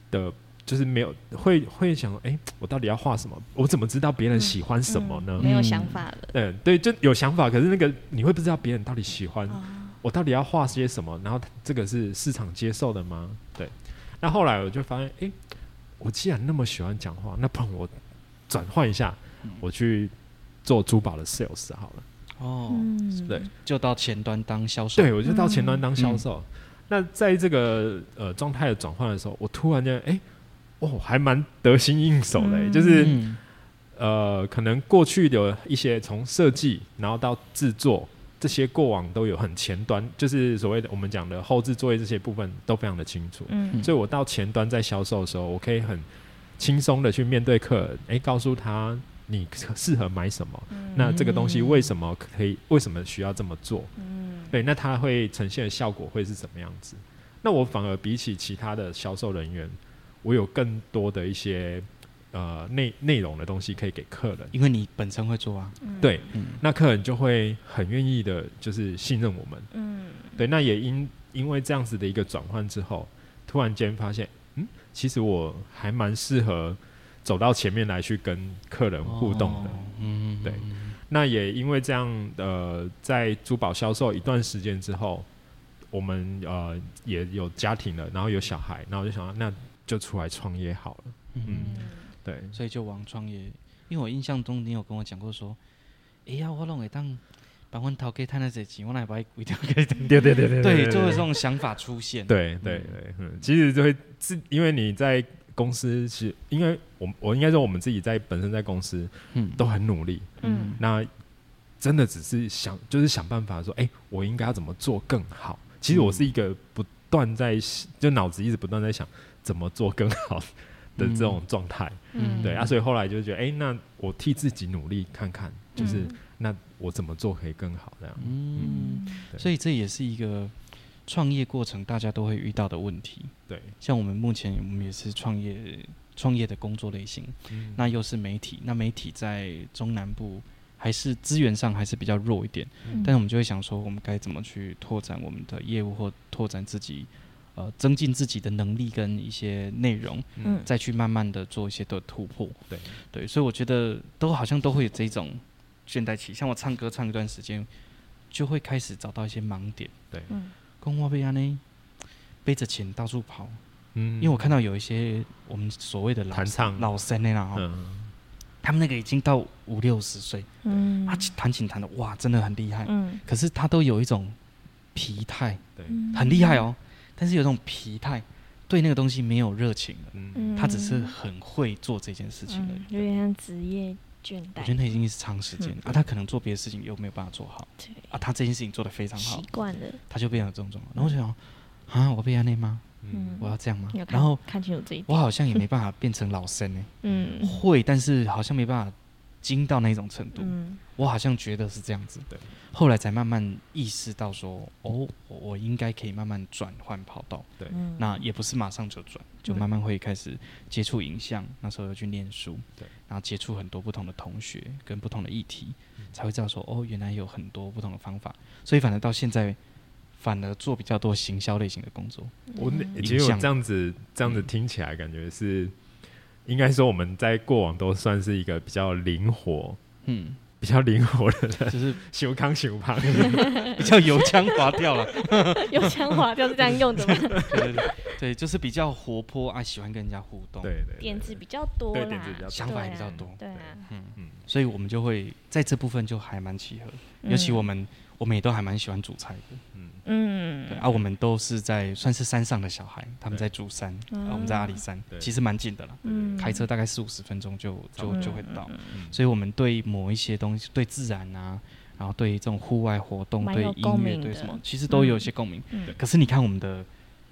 Speaker 3: 的，就是没有会会想，哎、我到底要画什么？我怎么知道别人喜欢什么呢
Speaker 2: 嗯？没有想法了，
Speaker 3: 嗯，对，就有想法，可是那个你会不知道别人到底喜欢
Speaker 2: 哦
Speaker 3: 我到底要画些什么？然后它这个是市场接受的吗？对。那后来我就发现，诶，我既然那么喜欢讲话，那不然我转换一下
Speaker 1: 嗯，
Speaker 3: 我去做珠宝的 sales 好了。
Speaker 1: 哦，
Speaker 2: 嗯
Speaker 3: 对，
Speaker 1: 就到前端当销售。
Speaker 3: 对，我就到前端当销售。那在这个呃状态的转换的时候，我突然间，诶，哦，还蛮得心应手的、
Speaker 2: 嗯
Speaker 3: 就是
Speaker 1: 嗯，
Speaker 3: 呃，可能过去有一些从设计，然后到制作这些过往都有很前端，就是所谓的我们讲的后置作业这些部分都非常的清楚。
Speaker 2: 嗯
Speaker 3: 所以我到前端在销售的时候，我可以很轻松的去面对客人，诶，告诉他你适合买什么，那这个东西为什么可以，为什么需要这么做？
Speaker 2: 嗯
Speaker 3: 对，那它会呈现的效果会是怎么样子？那我反而比起其他的销售人员，我有更多的一些呃内内容的东西可以给客人。
Speaker 1: 因为你本身会做啊，
Speaker 2: 嗯
Speaker 3: 对，
Speaker 1: 嗯，
Speaker 3: 那客人就会很愿意的，就是信任我们。
Speaker 2: 嗯
Speaker 3: 对，那也因因为这样子的一个转换之后，突然间发现，嗯，其实我还蛮适合走到前面来去跟客人互动的。
Speaker 1: 哦，嗯，
Speaker 3: 对
Speaker 1: 嗯
Speaker 3: 那也因为这样，呃，在珠宝销售一段时间之后，我们呃也有家庭了，然后有小孩，然后我就想，那就出来创业好了。
Speaker 1: 嗯，
Speaker 3: 对，
Speaker 1: 所以就往创业，因为我印象中你有跟我讲过说，哎呀，我拢会当把阮头家赚了些钱，我来把规条给
Speaker 3: 对对对对
Speaker 1: 对，就会这种想法出现，，
Speaker 3: 对对对，嗯，其实就会自，因为你在公司是，因为我我应该说我们自己在本身在公司
Speaker 1: 嗯，
Speaker 3: 都很努力，
Speaker 2: 嗯
Speaker 3: 那真的只是想就是想办法说，哎、我应该要怎么做更好？其实我
Speaker 1: 嗯
Speaker 3: 是一个不断在就脑子一直不断在想怎么做更好的这种状态，
Speaker 1: 嗯
Speaker 3: 对啊，
Speaker 1: 嗯
Speaker 3: 所以后来就觉得，哎、那我替自己努力看看，就是、那我怎么做可以更好这样。
Speaker 1: 嗯，
Speaker 2: 嗯
Speaker 3: 对
Speaker 1: 所以这也是一个创业过程大家都会遇到的问题。
Speaker 3: 对，
Speaker 1: 像我们目前我们也是创业创业的工作类型，
Speaker 3: 嗯
Speaker 1: 那又是媒体，那媒体在中南部还是资源上还是比较弱一点，
Speaker 2: 嗯
Speaker 1: 但是我们就会想说，我们该怎么去拓展我们的业务或拓展自己。呃，增进自己的能力跟一些内容，
Speaker 2: 嗯
Speaker 1: 再去慢慢的做一些的突破。
Speaker 3: 对，
Speaker 1: 对，所以我觉得都好像都会有这种倦怠期。像我唱歌唱一段时间，就会开始找到一些盲点。
Speaker 3: 对
Speaker 2: 嗯
Speaker 1: 公话被安呢，背着钱到处跑，
Speaker 3: 嗯
Speaker 1: 因为我看到有一些我们所谓的老
Speaker 3: 弹唱
Speaker 1: 老三那啦、哦
Speaker 3: 嗯
Speaker 1: 他们那个已经到五六十岁，
Speaker 2: 嗯
Speaker 1: 他弹琴弹的哇，真的很厉害，
Speaker 2: 嗯
Speaker 1: 可是他都有一种疲态，
Speaker 3: 对嗯
Speaker 1: 很厉害哦，
Speaker 2: 嗯
Speaker 1: 但是有一种疲态，对那个东西没有热情了，
Speaker 3: 嗯
Speaker 2: 嗯
Speaker 1: 他只是很会做这件事情而已
Speaker 2: 嗯。有点嗯像职业倦
Speaker 1: 我觉得
Speaker 2: 怠
Speaker 1: 那已经是长时间了、啊，他可能做别的事情又没有办法做好
Speaker 2: 对
Speaker 1: 啊，他这件事情做得非常好
Speaker 2: 习，惯了，
Speaker 1: 他就变成这种状况。然后我就想啊，我被安内吗？
Speaker 3: 嗯
Speaker 1: 我要这样吗
Speaker 2: 嗯你有？看
Speaker 1: 然后
Speaker 2: 看清楚这一
Speaker 1: 我
Speaker 2: 点，
Speaker 1: 好像也没办法变成老生呢、
Speaker 2: [laughs] 嗯
Speaker 1: 会，但是好像没办法精到那种程度。
Speaker 2: 嗯
Speaker 1: 我好像觉得是这样子，
Speaker 3: 对。
Speaker 1: 后来才慢慢意识到说，哦，我我应该可以慢慢转换跑道。
Speaker 3: 对
Speaker 2: 嗯
Speaker 1: 那也不是马上就转，就慢慢会开始接触影像。那时候又去念书，
Speaker 3: 对，
Speaker 1: 然后接触很多不同的同学跟不同的议题，
Speaker 3: 嗯
Speaker 1: 才会知道说，哦，原来有很多不同的方法。所以反而到现在，反而做比较多行销类型的工作。
Speaker 3: 我那
Speaker 1: 嗯
Speaker 3: 其实
Speaker 1: 影嗯
Speaker 3: 我
Speaker 1: 像
Speaker 3: 这样子这样子听起来，感觉是应该说我们在过往都算是一个比较灵活、
Speaker 1: 嗯，
Speaker 3: 比较灵活的人，
Speaker 1: 就是
Speaker 3: 修康修胖。
Speaker 1: 比
Speaker 3: [laughs]
Speaker 1: 较油腔滑调了。
Speaker 2: [laughs] 有枪划掉是这样用的吗？
Speaker 1: 对对对，对，就是比较活泼啊，喜欢跟人家互动。，
Speaker 3: 对对对，
Speaker 2: 点子比较多
Speaker 3: 对
Speaker 2: 啦，啊
Speaker 3: 点子比较多
Speaker 1: 想法也比较多
Speaker 2: 对啊，
Speaker 3: 嗯，
Speaker 1: 所以我们就会在这部分就还蛮契合，
Speaker 2: 嗯
Speaker 1: 尤其我们我们也都还蛮喜欢煮菜的。
Speaker 2: 嗯
Speaker 1: 对啊，我们都是在算是山上的小孩，他们
Speaker 3: 对
Speaker 1: 在竹山，
Speaker 2: 嗯
Speaker 1: 啊，我们在阿里山，
Speaker 3: 对
Speaker 1: 其实蛮近的啦，
Speaker 2: 嗯
Speaker 1: 开车大概四五十分钟就就
Speaker 2: 嗯
Speaker 1: 就会到。
Speaker 3: 嗯
Speaker 1: 所以我们对某一些东西，对自然啊，然后对这种户外活动，
Speaker 2: 蛮
Speaker 1: 对
Speaker 2: 有
Speaker 1: 音
Speaker 2: 共
Speaker 1: 乐，
Speaker 2: 鸣
Speaker 1: 对
Speaker 2: 的
Speaker 1: 什么，其实都有一些共鸣。
Speaker 2: 嗯
Speaker 3: 对
Speaker 1: 可是你看我们的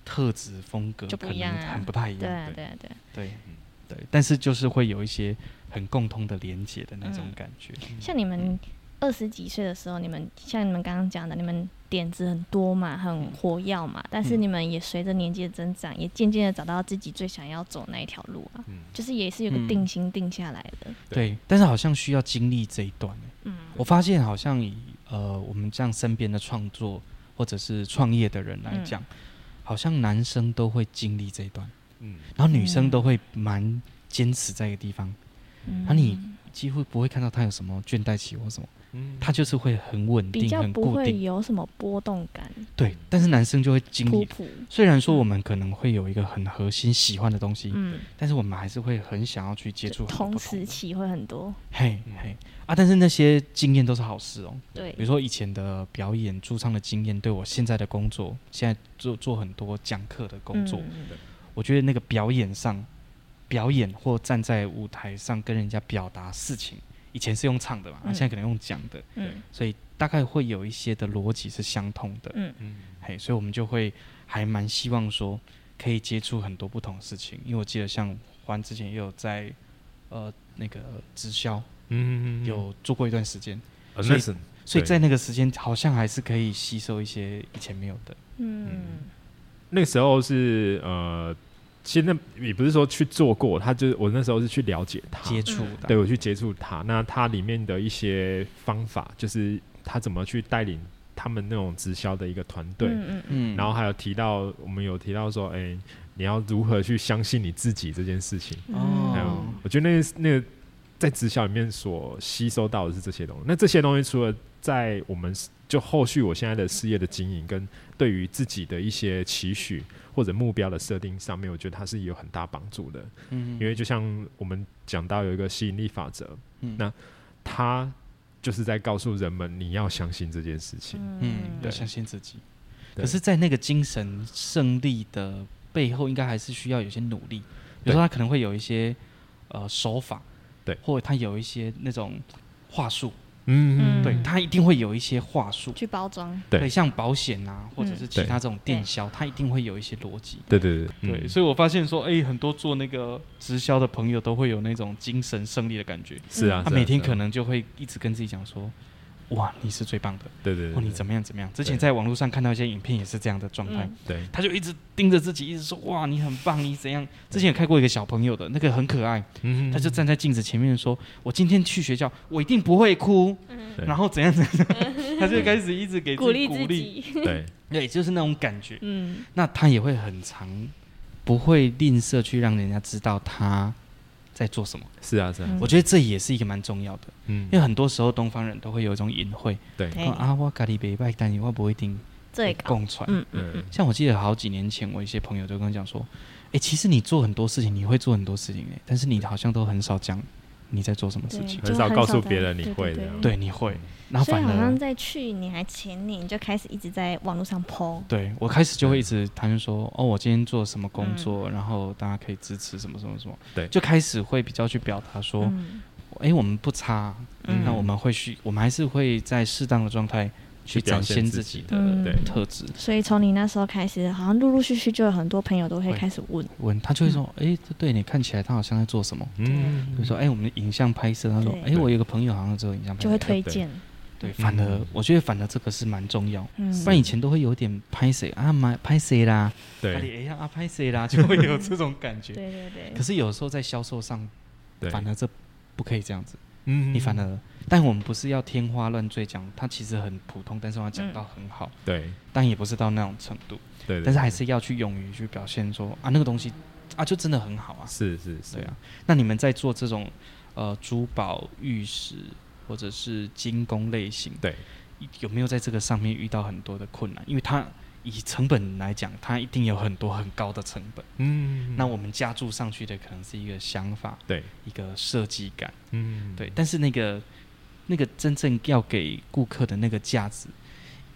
Speaker 1: 特质风格
Speaker 2: 就
Speaker 1: 可
Speaker 2: 不一样
Speaker 1: 能
Speaker 2: 啊
Speaker 1: 很不太一
Speaker 2: 对
Speaker 1: 样，
Speaker 2: 啊对啊对啊，
Speaker 1: 对
Speaker 3: 嗯
Speaker 1: 对，但是就是会有一些很共通的连接的那种
Speaker 2: 嗯
Speaker 1: 感觉。
Speaker 2: 像你们二十几岁的时候，你们像你们刚刚讲的，你们点子很多嘛，很活跃嘛，但是
Speaker 1: 嗯
Speaker 2: 你们也随着年纪的增长，也渐渐的找到自己最想要走那一条路啊，
Speaker 3: 嗯
Speaker 2: 就是也是有个
Speaker 1: 嗯
Speaker 2: 定心定下来的，
Speaker 3: 对
Speaker 1: 对，但是好像需要经历这一段欸、
Speaker 2: 嗯
Speaker 1: 我发现好像以呃我们这样身边的创作或者是创业的人来讲，好像男生都会经历这一段，
Speaker 3: 嗯
Speaker 1: 然后女生都会蛮坚持在一个地方，
Speaker 2: 嗯
Speaker 1: 那你几乎不会看到他有什么倦怠期或什么，
Speaker 3: 嗯，
Speaker 1: 他就是会很稳
Speaker 2: 比
Speaker 1: 定、
Speaker 2: 较
Speaker 1: 很
Speaker 2: 不
Speaker 1: 固
Speaker 2: 会
Speaker 1: 定。
Speaker 2: 有什么波动感，
Speaker 1: 对，但是男生就会经
Speaker 2: 普
Speaker 1: 历。
Speaker 2: 普，
Speaker 1: 虽然说我们可能会有一个很核心喜欢的东西，
Speaker 2: 嗯，
Speaker 1: 但是我们还是会很想要去接触很多
Speaker 2: 同
Speaker 1: 不
Speaker 2: 时
Speaker 1: 的
Speaker 2: 期会很多，
Speaker 1: 嘿
Speaker 3: 嗯
Speaker 1: 嘿啊！但是那些经验都是好事哦，
Speaker 2: 对
Speaker 1: 比如，说以前的表演驻唱的经验，对我现在的工作，现在做做很多讲课的工作，
Speaker 2: 嗯
Speaker 1: 我觉得那个表演上表演或站在舞台上跟人家表达事情，以前是用唱的嘛，啊
Speaker 2: 嗯
Speaker 1: 现在可能用讲的，
Speaker 2: 嗯
Speaker 1: 所以大概会有一些的逻辑是相通的。
Speaker 2: 嗯
Speaker 3: 嗯，
Speaker 1: 嘿，所以我们就会还蛮希望说可以接触很多不同的事情，因为我记得像欢之前也有在呃那个直销
Speaker 3: 嗯，
Speaker 1: 有做过一段时间，
Speaker 3: 呃
Speaker 1: 所以
Speaker 3: 那是
Speaker 1: 所以
Speaker 3: 对
Speaker 1: 在那个时间好像还是可以吸收一些以前没有的。
Speaker 2: 嗯
Speaker 3: 那个时候是呃，其实那也不是说去做过，他就是我那时候是去了解他，
Speaker 1: 接触
Speaker 2: 嗯
Speaker 1: 的，
Speaker 3: 对我去接触他，那他里面的一些方法，就是他怎么去带领他们那种直销的一个团队，
Speaker 2: 嗯嗯
Speaker 1: 嗯
Speaker 3: 然后还有提到我们有提到说，哎、你要如何去相信你自己这件事情。
Speaker 2: 嗯
Speaker 3: 还有
Speaker 1: 哦，
Speaker 3: 啊我觉得那个那个在直销里面所吸收到的是这些东西。那这些东西除了在我们 s- 就后续我现在的事业的经营跟对于自己的一些期许或者目标的设定上面，我觉得它是有很大帮助的。
Speaker 1: 嗯
Speaker 3: 因为就像我们讲到有一个吸引力法则，
Speaker 1: 嗯
Speaker 3: 那它就是在告诉人们你要相信这件事情。
Speaker 1: 嗯，要
Speaker 3: 对
Speaker 1: 相信自己。
Speaker 3: 对
Speaker 1: 可是，在那个精神胜利的背后，应该还是需要有些努力。比如
Speaker 3: 对
Speaker 1: 说，他可能会有一些呃手法，
Speaker 3: 对
Speaker 1: 或者他有一些那种话术，
Speaker 3: 嗯，
Speaker 2: 嗯
Speaker 1: 对他一定会有一些话术。
Speaker 2: 去包装，
Speaker 3: 对
Speaker 1: 像保险啊，或者是其
Speaker 3: 对
Speaker 1: 他这种电销，他一定会有一些逻辑。
Speaker 3: 对对对
Speaker 1: 对，
Speaker 3: 嗯
Speaker 1: 所以我发现说，哎，很多做那个直销的朋友都会有那种精神胜利的感觉。
Speaker 3: 是啊，
Speaker 1: 他
Speaker 3: 是啊
Speaker 1: 每天
Speaker 3: 是啊
Speaker 1: 可能就会一直跟自己讲说，哇，你是最棒的。
Speaker 3: 对对
Speaker 1: 哦，
Speaker 3: 对，
Speaker 1: 你
Speaker 3: 对
Speaker 1: 怎么样怎么样？之前
Speaker 3: 对
Speaker 1: 在网络上看到一些影片也是这样的状态，
Speaker 2: 嗯
Speaker 3: 对
Speaker 1: 他就一直盯着自己，一直说哇你很棒，你怎样？之前有看过一个小朋友的那个很可爱，
Speaker 3: 嗯
Speaker 1: 他就站在镜子前面说，我今天去学校，我一定不会哭，
Speaker 2: 嗯，
Speaker 3: 对
Speaker 1: 然后怎样怎样，
Speaker 3: [laughs]
Speaker 1: 他就开始一直给自
Speaker 2: 鼓
Speaker 1: 己
Speaker 2: 励
Speaker 1: 鼓
Speaker 2: 自
Speaker 1: 励，
Speaker 2: 己，
Speaker 3: 对
Speaker 1: 对，就是那种感觉。
Speaker 2: 嗯
Speaker 1: 那他也会很常不会吝啬去让人家知道他在做什么，
Speaker 3: 是啊是啊，
Speaker 2: 嗯
Speaker 1: 我觉得这也是一个蛮重要的，
Speaker 3: 嗯
Speaker 1: 因为很多时候东方人都会有一种隐晦，
Speaker 3: 对
Speaker 2: 对
Speaker 1: 说啊我咖喱北拜，但我不一定
Speaker 2: 这个
Speaker 1: 共传。
Speaker 2: 嗯嗯
Speaker 3: 嗯
Speaker 1: 像我记得好几年前，我一些朋友就跟我讲说，诶，其实你做很多事情，你会做很多事情诶，但是你好像都很少讲你在做什么事情。
Speaker 2: 对
Speaker 3: 很
Speaker 2: 就
Speaker 3: 少
Speaker 2: 很
Speaker 3: 告
Speaker 2: 少
Speaker 3: 诉
Speaker 2: 在
Speaker 3: 别人你
Speaker 2: 对对
Speaker 3: 会
Speaker 2: 对
Speaker 3: 的，
Speaker 1: 对，你会，然后
Speaker 2: 嗯所以
Speaker 1: 反
Speaker 2: 好像
Speaker 1: 而
Speaker 2: 在去年还前年就开始一直在网络上 PO，
Speaker 1: 对我开始就会一直谈论说，哦，我今天做什么工
Speaker 2: 嗯
Speaker 1: 作，然后大家可以支持什么什么什么，
Speaker 3: 对
Speaker 1: 就开始会比较去表达说，
Speaker 2: 嗯
Speaker 1: 诶，我们不差，
Speaker 2: 嗯
Speaker 1: 那我们会去，我们还是会在适当的状态去
Speaker 3: 去表
Speaker 1: 展
Speaker 3: 现
Speaker 1: 现
Speaker 3: 自
Speaker 1: 自
Speaker 3: 己
Speaker 1: 己的
Speaker 2: 嗯
Speaker 3: 对
Speaker 1: 特质。
Speaker 2: 所以从你那时候开始，好像陆陆续续就有很多朋友都会
Speaker 1: 会
Speaker 2: 开始问，
Speaker 1: 问他就会说，诶，这对你看起来他好像在做什么。
Speaker 3: 嗯
Speaker 1: 比如说，哎、我们的影像拍摄，他说，哎、
Speaker 2: 对
Speaker 1: 我有个朋友好像只有影像拍摄，
Speaker 2: 就会推荐，
Speaker 1: 对，反而、
Speaker 3: 嗯
Speaker 1: 我觉得反而这个是蛮重要，
Speaker 2: 嗯，
Speaker 1: 不然以前都会有点拍谁啊，买拍谁啦，哎
Speaker 3: 对
Speaker 1: 呀啊拍谁啦， [laughs] 就会有这种感
Speaker 2: 对
Speaker 1: 觉。
Speaker 2: 对对，
Speaker 1: 可是有时候在销售上，
Speaker 3: 对，
Speaker 1: 反而这不可以这样子，
Speaker 3: 嗯
Speaker 1: 你反而，但我们不是要天花乱坠讲，它其实很普通，但是我要讲到很好，
Speaker 3: 对
Speaker 1: 但也不是到那种程度，
Speaker 3: 对，
Speaker 1: 但是还是要去勇于去表现说啊那个东西啊就真的很好啊，
Speaker 3: 是是是
Speaker 1: 对啊，，那你们在做这种呃珠宝、玉石或者是精工类型，
Speaker 3: 对，
Speaker 1: 有没有在这个上面遇到很多的困难？因为它以成本来讲，它一定有很多很高的成本。
Speaker 3: 嗯
Speaker 1: 那我们加注上去的可能是一个想法，
Speaker 3: 对
Speaker 1: 一个设计感，
Speaker 3: 嗯
Speaker 1: 对。但是那个那个真正要给顾客的那个价值。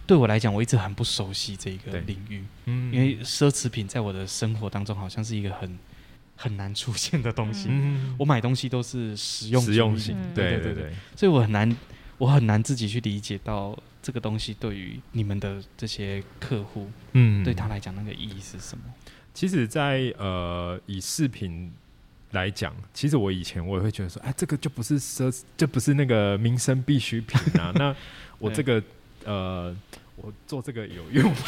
Speaker 1: 对我来讲，我一直很不熟悉这个
Speaker 3: 对
Speaker 1: 领域，
Speaker 3: 嗯
Speaker 1: 因为奢侈品在我的生活当中好像是一个很很难出现的东西。
Speaker 3: 嗯
Speaker 1: 我买东西都是实用主
Speaker 3: 实
Speaker 1: 义
Speaker 3: 用性
Speaker 2: 嗯，
Speaker 3: 对
Speaker 1: 对对
Speaker 3: 对对，
Speaker 1: 所以我很难，我很难自己去理解到这个东西对于你们的这些客户，
Speaker 3: 嗯
Speaker 1: 对他来讲那个意义是什么？
Speaker 3: 其实在，呃以饰品来讲，其实我以前我也会觉得说，哎，这个就不是奢侈，这不是那个民生必需品啊。那我这个呃，我做这个有用吗，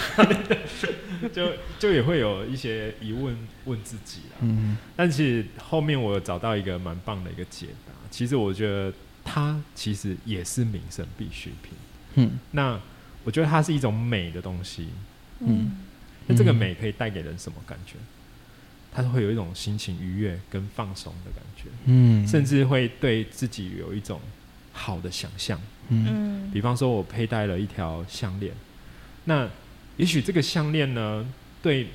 Speaker 3: [laughs] 就就也会有一些疑问问自己啦。
Speaker 1: 嗯
Speaker 3: 但是后面我有找到一个蛮棒的一个解答，其实我觉得它其实也是民生必需品。
Speaker 1: 嗯
Speaker 3: 那我觉得它是一种美的东西，
Speaker 1: 嗯
Speaker 3: 那这个美可以带给人什么感觉？它会有一种心情愉悦跟放松的感觉，
Speaker 1: 嗯
Speaker 3: 甚至会对自己有一种好的想象。
Speaker 1: 嗯
Speaker 2: 嗯
Speaker 3: 比方说，我佩戴了一条项链，那也许这个项链呢，对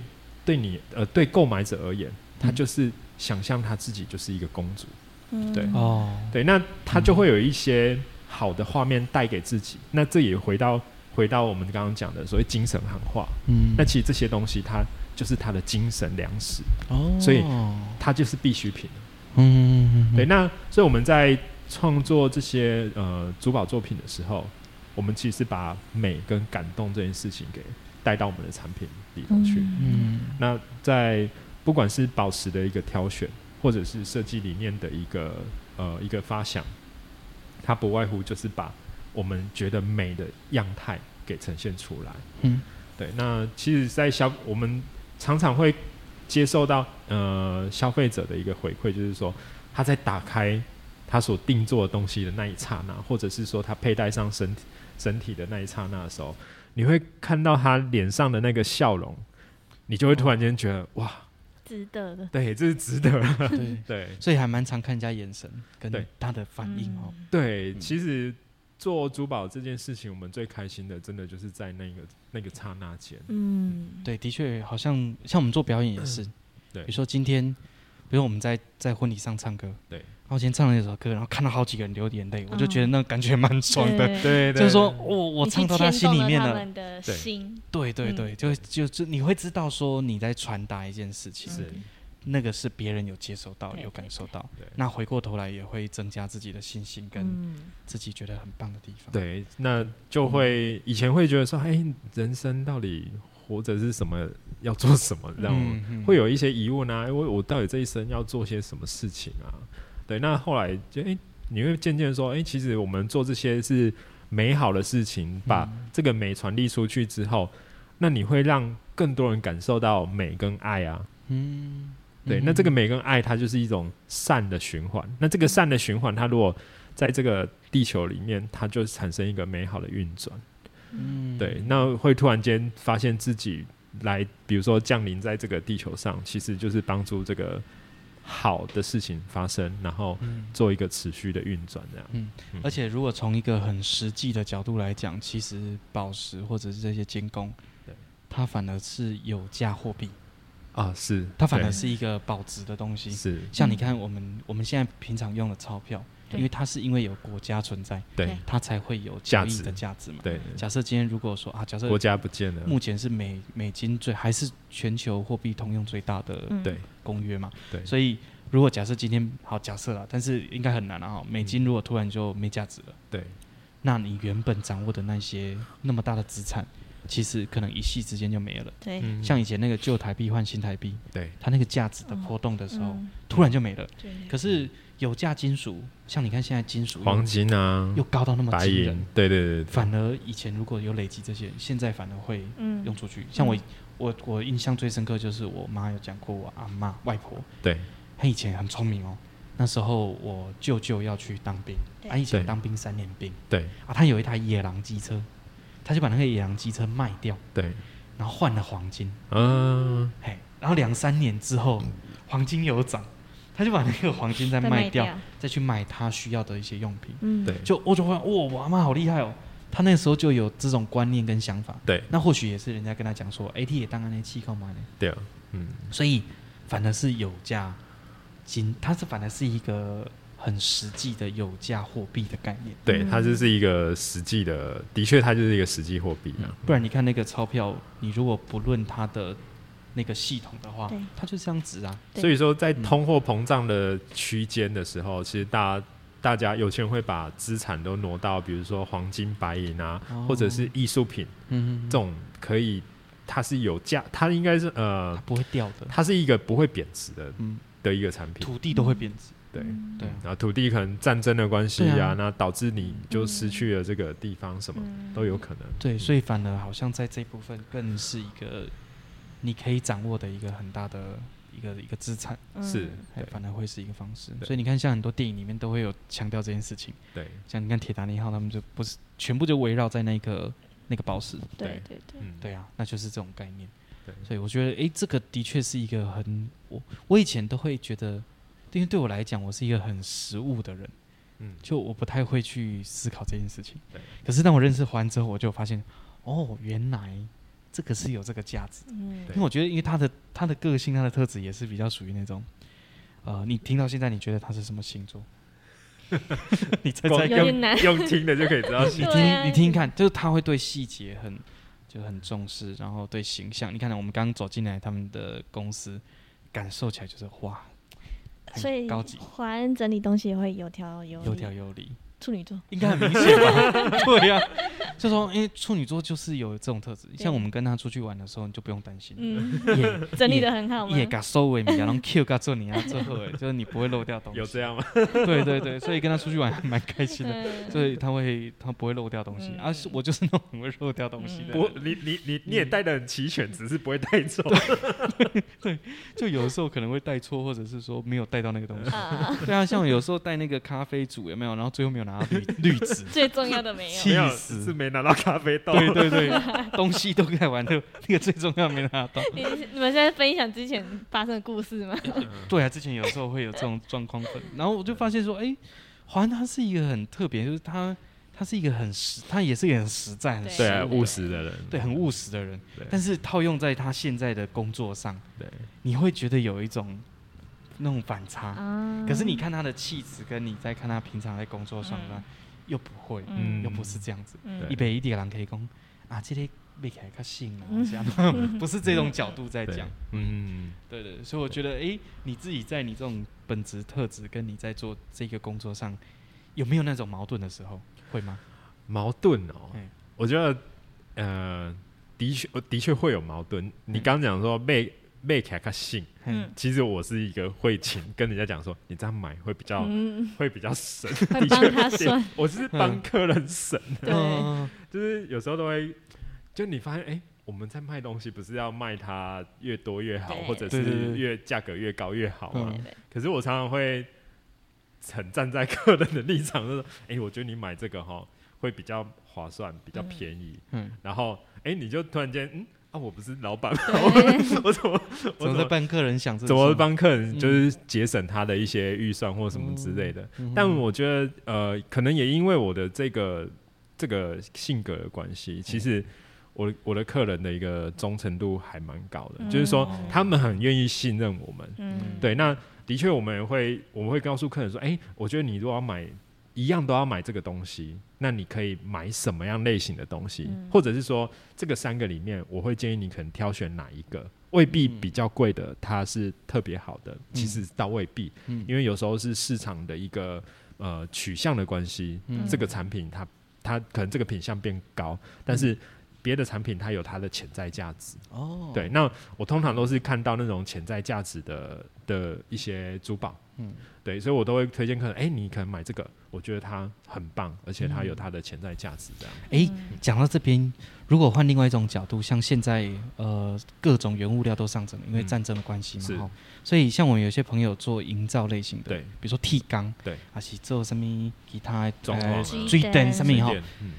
Speaker 3: 对你呃对购买者而言，他
Speaker 1: 嗯
Speaker 3: 就是想象他自己就是一个公主，
Speaker 2: 嗯
Speaker 3: 对
Speaker 1: 哦
Speaker 3: 对，那他就会有一些好的画面带给自己。那这也回到回到我们刚刚讲的所谓精神喊话，
Speaker 1: 嗯
Speaker 3: 那其实这些东西它就是他的精神粮食，
Speaker 1: 哦
Speaker 3: 所以它就是必需品。
Speaker 1: 嗯，
Speaker 3: 对，那所以我们在创作这些呃珠宝作品的时候，我们其实把美跟感动这件事情给带到我们的产品里头去。
Speaker 2: 嗯
Speaker 1: 嗯
Speaker 3: 那在不管是宝石的一个挑选，或者是设计理念的一个呃一个发想，它不外乎就是把我们觉得美的样态给呈现出来。
Speaker 1: 嗯，
Speaker 3: 对。那其实，在消我们常常会接受到呃消费者的一个回馈，就是说他在打开他所定做的东西的那一刹那，或者是说他佩戴上身体身体的那一刹那的时候，你会看到他脸上的那个笑容，你就会突然间觉得哇，
Speaker 2: 值得的。
Speaker 3: 对，这是值得
Speaker 1: [laughs] [laughs]
Speaker 3: 的。
Speaker 1: 对，
Speaker 3: 对
Speaker 1: 所以还蛮常看人家眼神跟
Speaker 3: 对
Speaker 1: 他的反应哦。
Speaker 3: 对，其实做珠宝这件事情，我们最开心的，真的就是在那个那个刹那间。
Speaker 2: 嗯，
Speaker 1: 对，的确，好像像我们做表演也是，
Speaker 3: 嗯对
Speaker 1: 比如说今天，比如我们在在婚礼上唱歌，
Speaker 3: 对
Speaker 1: 然后今天唱了一首歌，然后看到好几个人流眼泪，我就
Speaker 2: 嗯
Speaker 1: 觉得那个感觉蛮爽的，
Speaker 2: 对，
Speaker 3: 对，
Speaker 1: 就是说我我
Speaker 2: 你去
Speaker 1: 唱到他心里面
Speaker 2: 牵动了，
Speaker 1: 了，
Speaker 2: 他们嗯的
Speaker 3: 对
Speaker 2: 心
Speaker 1: 对对对，就就就你会知道说你在传达一件事情，
Speaker 3: 是
Speaker 2: 嗯
Speaker 1: 那个是别人有接收到
Speaker 2: 对
Speaker 1: 有
Speaker 2: 对
Speaker 1: 感受到
Speaker 3: 对，
Speaker 1: 那回过头来也会增加自己的信心跟
Speaker 2: 嗯
Speaker 1: 自己觉得很棒的地方。
Speaker 3: 对，那就会以前会觉得说，哎，人生到底活着是什么，要做什么，让我
Speaker 1: 嗯
Speaker 3: 会有一些疑问啊，哎我我到底这一生要做些什么事情啊？对，那后来就哎，你会渐渐说，哎，其实我们做这些是美好的事情，把
Speaker 1: 嗯
Speaker 3: 这个美传递出去之后，那你会让更多人感受到美跟爱啊。
Speaker 1: 嗯，
Speaker 3: 对，
Speaker 1: 嗯
Speaker 3: 那这个美跟爱，它就是一种善的循环。那这个善的循环，它如果在这个地球里面，它就产生一个美好的运转。
Speaker 1: 嗯
Speaker 3: 对，那会突然间发现自己来，比如说降临在这个地球上，其实就是帮助这个好的事情发生，然后
Speaker 1: 嗯
Speaker 3: 做一个持续的运转，这样。
Speaker 1: 而且，如果从一个很实际的角度来讲，其实宝石或者是这些精工
Speaker 3: 对，
Speaker 1: 它反而是有价货币，
Speaker 3: 啊，是，
Speaker 1: 它反而
Speaker 3: 对
Speaker 1: 是一个保值的东西。
Speaker 3: 是，
Speaker 1: 像你看，我们我们现在平常用的钞票，
Speaker 2: 对
Speaker 1: 因为它是因为有国家存在，
Speaker 3: 对
Speaker 2: 对，
Speaker 1: 它才会有交易
Speaker 3: 价值
Speaker 1: 的价值嘛。
Speaker 3: 对，
Speaker 1: 假设今天如果说啊，假设
Speaker 3: 国家不见了，
Speaker 1: 目前是美美金最还是全球货币通用最大的
Speaker 2: 嗯
Speaker 3: 对，
Speaker 1: 公约嘛，
Speaker 3: 对
Speaker 1: 所以如果假设今天好假设了，但是应该很难了哈，美
Speaker 3: 嗯
Speaker 1: 金如果突然就没价值了。
Speaker 3: 对，
Speaker 1: 那你原本掌握的那些那么大的资产，其实可能一夕之间就没了。
Speaker 2: 对，
Speaker 3: 嗯
Speaker 1: 哎像以前那个旧台币换新台币，
Speaker 3: 对，
Speaker 1: 它那个价值的波动的时候，
Speaker 2: 嗯
Speaker 1: 突然就没了。
Speaker 2: 对
Speaker 1: 可是有价金属，像你看现在金属又
Speaker 3: 黄金啊
Speaker 1: 又，高到那么
Speaker 3: 白
Speaker 1: 惊
Speaker 3: 银
Speaker 1: 人，，
Speaker 3: 对对对对，
Speaker 1: 反而以前如果有累积这些，现在反而会
Speaker 2: 嗯
Speaker 1: 用出去。像我，我我印象最深刻就是我妈有讲过，我阿妈外婆，
Speaker 3: 对，
Speaker 1: 她以前很聪明哦。那时候我舅舅要去当兵，
Speaker 2: 对
Speaker 1: 她以前
Speaker 3: 对
Speaker 1: 当兵三年兵。
Speaker 3: 对，
Speaker 1: 啊，他有一台野狼机车，他就把那个野狼机车卖掉，
Speaker 3: 对，
Speaker 1: 然后换了黄金，
Speaker 3: 嗯，
Speaker 1: 嘿，然后两三年之后，黄金有涨，他就把那个黄金再
Speaker 2: 再
Speaker 1: 卖
Speaker 2: 卖
Speaker 1: 掉，
Speaker 2: 掉
Speaker 1: 再去买他需要的一些用品。
Speaker 2: 嗯
Speaker 3: 对，
Speaker 1: 就我就发现，哇，我阿妈好厉害哦！他那时候就有这种观念跟想法。
Speaker 3: 对，
Speaker 1: 那或许也是人家跟他讲说，哎、你也当然那气购买的，
Speaker 3: 对，嗯，
Speaker 1: 所以反而是有价金，它是反而是一个很实际的有价货币的概念。
Speaker 3: 对，
Speaker 2: 嗯
Speaker 3: 它就是一个实际的，的确，它就是一个实际货币啊。
Speaker 1: 不然你看那个钞票，你如果不论它的那个系统的话
Speaker 2: 对，
Speaker 1: 它就这样子啊。
Speaker 2: 对
Speaker 3: 所以说，在通货膨胀的区间的时候，其实大家大家有钱人会把资产都挪到，比如说黄金、白银啊，
Speaker 1: 哦
Speaker 3: 或者是艺术品
Speaker 1: 嗯
Speaker 3: 这，种可以，它是有价，它应该是
Speaker 1: 它
Speaker 3: 呃，
Speaker 1: 不会掉的。
Speaker 3: 它是一个不会贬值的
Speaker 1: 嗯，
Speaker 3: 的一个产品。
Speaker 1: 土地都会贬值。
Speaker 3: 对，
Speaker 2: 嗯
Speaker 1: 对啊，
Speaker 3: 然后土地可能战争的关系
Speaker 1: 对
Speaker 3: 啊
Speaker 1: 啊，
Speaker 3: 那导致你就失去了这个地方，什么
Speaker 2: 嗯
Speaker 3: 都有可能。
Speaker 1: 对，所以反而好像在这部分更是一个你可以掌握的一个很大的一个一个资产，
Speaker 2: 嗯
Speaker 3: 是，
Speaker 1: 哎，反而会是一个方式。
Speaker 3: 对
Speaker 1: 所以你看，像很多电影里面都会有强调这件事情，
Speaker 3: 对，
Speaker 1: 像你看《铁达尼号》，他们就不是全部就围绕在那个那个宝石。
Speaker 2: 对
Speaker 3: 对
Speaker 2: 对对，
Speaker 3: 嗯，
Speaker 1: 对啊，那就是这种概念。
Speaker 3: 对
Speaker 1: 所以我觉得，诶，这个的确是一个很我我以前都会觉得，因为对我来讲，我是一个很实务的人，
Speaker 3: 嗯，
Speaker 1: 就我不太会去思考这件事情
Speaker 3: 对。
Speaker 1: 可是当我认识环之后，我就发现，哦，原来这个是有这个价值的。
Speaker 2: 嗯
Speaker 3: 对
Speaker 1: 因为我觉得，因为他的他的个性、他的特质也是比较属于那种，呃，你听到现在，你觉得他是什么星座？ [laughs] 你猜
Speaker 3: 光
Speaker 1: 猜
Speaker 2: 有
Speaker 1: 看
Speaker 2: 点难
Speaker 3: 用听的就可以知道
Speaker 1: 你
Speaker 2: 对
Speaker 1: 听
Speaker 2: 啊
Speaker 1: 你听听看，就是他会对细节很，就就很重视，然后对形象，你看我们刚走进来他们的公司，感受起来就是哇，很
Speaker 2: 所以
Speaker 1: 高级，
Speaker 2: 华恩整理东西也会有条有理
Speaker 1: 有条有理，
Speaker 2: 处女座，
Speaker 1: 应该很明显
Speaker 2: [laughs]
Speaker 1: 吧？对呀、就说因为处女座就是有这种特质，
Speaker 2: 对
Speaker 1: 像我们跟他出去玩的时候，你就不用担心， [laughs]
Speaker 2: 嗯，
Speaker 1: 也
Speaker 2: 整理的很好吗
Speaker 1: 也？敢收尾，然后 Q 嘎做你啊，最后欸就是你不会漏掉东西。
Speaker 3: 有这样吗？
Speaker 1: 对对对，所以跟他出去玩还蛮开心的。
Speaker 2: 嗯
Speaker 1: 所以他会，他不会漏掉东西，而、
Speaker 2: 嗯
Speaker 1: 啊、是我就是那种很会漏掉东西的人
Speaker 3: 不， [laughs] 你你你你也
Speaker 1: 嗯
Speaker 3: 带的很齐全，只是不会带走。
Speaker 1: [laughs] 就有时候可能会带错，或者是说没有带到那个 [laughs] 东西。
Speaker 2: 啊，
Speaker 1: 对啊，像有时候带那个咖啡煮有没有，然后最后没有 [laughs] 拿到绿绿纸，
Speaker 2: 最重要的没有
Speaker 1: 气
Speaker 3: 没有
Speaker 1: 死
Speaker 3: [laughs] 是啊没拿到咖啡
Speaker 1: [laughs]
Speaker 3: 豆。
Speaker 1: 对对对，东西都盖完了，那个最重要没拿到。
Speaker 2: 你你们现在分享之前发生的故
Speaker 1: [laughs]
Speaker 2: 事吗？
Speaker 1: 对啊，之前有时候会有这种状况分，然后我就发现说，哎、华安他是一个很特别，就是他他是一个很实，他也是一个很实在、很
Speaker 2: 对
Speaker 1: 实
Speaker 3: 对啊，
Speaker 1: 务的
Speaker 3: 务实的人，
Speaker 1: 对，很务实的人
Speaker 3: 对。
Speaker 1: 但是套用在他现在的工作上，
Speaker 3: 对，
Speaker 1: 你会觉得有一种那种反差。
Speaker 2: 啊
Speaker 1: 可是你看他的气质，跟你在看他平常在工作上
Speaker 2: 嗯
Speaker 1: 呢，又不会，
Speaker 2: 嗯
Speaker 1: 又不是这样子。
Speaker 2: 嗯
Speaker 3: 对
Speaker 1: 一百一点人可以讲啊，这个背起来较性啊，
Speaker 2: 嗯
Speaker 1: 这样 [laughs] 不是这种角度在
Speaker 3: 对
Speaker 1: 讲。，
Speaker 3: 嗯，
Speaker 1: 对对，对所以我觉得，诶，你自己在你这种本职特质跟你在做这个工作上，有没有那种矛盾的时候？会吗？
Speaker 3: 矛盾哦
Speaker 1: 嗯，
Speaker 3: 我觉得，呃，的确，的确会有矛盾。你刚刚讲说被被卡卡信，
Speaker 1: 嗯，
Speaker 3: 其实我是一个会请跟人家讲说，你这样买会比较 [laughs]
Speaker 2: 嗯，
Speaker 3: 会比较省，
Speaker 2: 会
Speaker 3: [laughs] 的
Speaker 2: 帮他
Speaker 3: 确
Speaker 2: 算，
Speaker 3: 我是帮客人省，
Speaker 2: 对
Speaker 1: 嗯
Speaker 3: 就是有时候都会，就你发现哎。我们在卖东西，不是要卖它越多越好，
Speaker 2: 对
Speaker 3: 或者
Speaker 1: 对对
Speaker 3: 是
Speaker 1: 对
Speaker 3: 越价格越高越好啊嘛
Speaker 1: 嗯？
Speaker 3: 可是我常常会很站在客人的立场，就说：“哎、我觉得你买这个哈会比较划算，比较便宜。
Speaker 1: 嗯，
Speaker 3: 然后，哎、你就突然间，嗯，啊，我不是
Speaker 1: [laughs]
Speaker 3: 老板吗？
Speaker 2: 对
Speaker 3: 我怎么
Speaker 1: 怎
Speaker 3: 我
Speaker 1: 么
Speaker 3: 怎
Speaker 1: 在
Speaker 3: 么
Speaker 1: 帮客人想这
Speaker 3: 怎么
Speaker 1: 种事？
Speaker 3: 帮客人就是节省他的一些预算或什么之类的？
Speaker 1: 嗯
Speaker 3: 但我觉得，呃，可能也因为我的这个这个性格的关
Speaker 1: 嗯
Speaker 3: 系，其实我我的客人的一个忠诚度还蛮高的，
Speaker 2: 嗯
Speaker 3: 就是说
Speaker 1: 哦
Speaker 3: 他们很愿意信任我们。
Speaker 2: 嗯，
Speaker 3: 对，那的确我们也会我们会告诉客人说，哎、我觉得你如果要买一样都要买这个东西，那你可以买什么样类型的东西，
Speaker 2: 嗯
Speaker 3: 或者是说这个三个里面，我会建议你可能挑选哪一个。未必比较贵的，它是特别好的，其实倒未必，
Speaker 1: 嗯嗯
Speaker 3: 因为有时候是市场的一个呃取向的关系，
Speaker 1: 嗯
Speaker 3: 这个产品它它可能这个品相变高，但
Speaker 1: 嗯
Speaker 3: 是别的产品它有它的潜在价值。
Speaker 1: 哦，
Speaker 3: 对，那我通常都是看到那种潜在价值的的一些珠宝，
Speaker 1: 嗯
Speaker 3: 对，所以我都会推荐客人，哎、你可能买这个，我觉得它很棒，而且它有
Speaker 1: 嗯
Speaker 3: 它的潜在价值，这样。
Speaker 2: 嗯
Speaker 1: 诶，讲到这边，如果换另外一种角度，像现在呃各种原物料都上涨了，因为
Speaker 3: 嗯
Speaker 1: 战争的关系嘛，
Speaker 3: 是
Speaker 1: 吼所以像我们有些朋友做营造类型的，
Speaker 3: 对，
Speaker 1: 比如说剃缸，
Speaker 3: 对，
Speaker 1: 还是做什么其他呃
Speaker 3: 装潢啊
Speaker 2: 嗯
Speaker 1: 追灯上面
Speaker 2: 以
Speaker 1: 哈，
Speaker 3: 店嗯，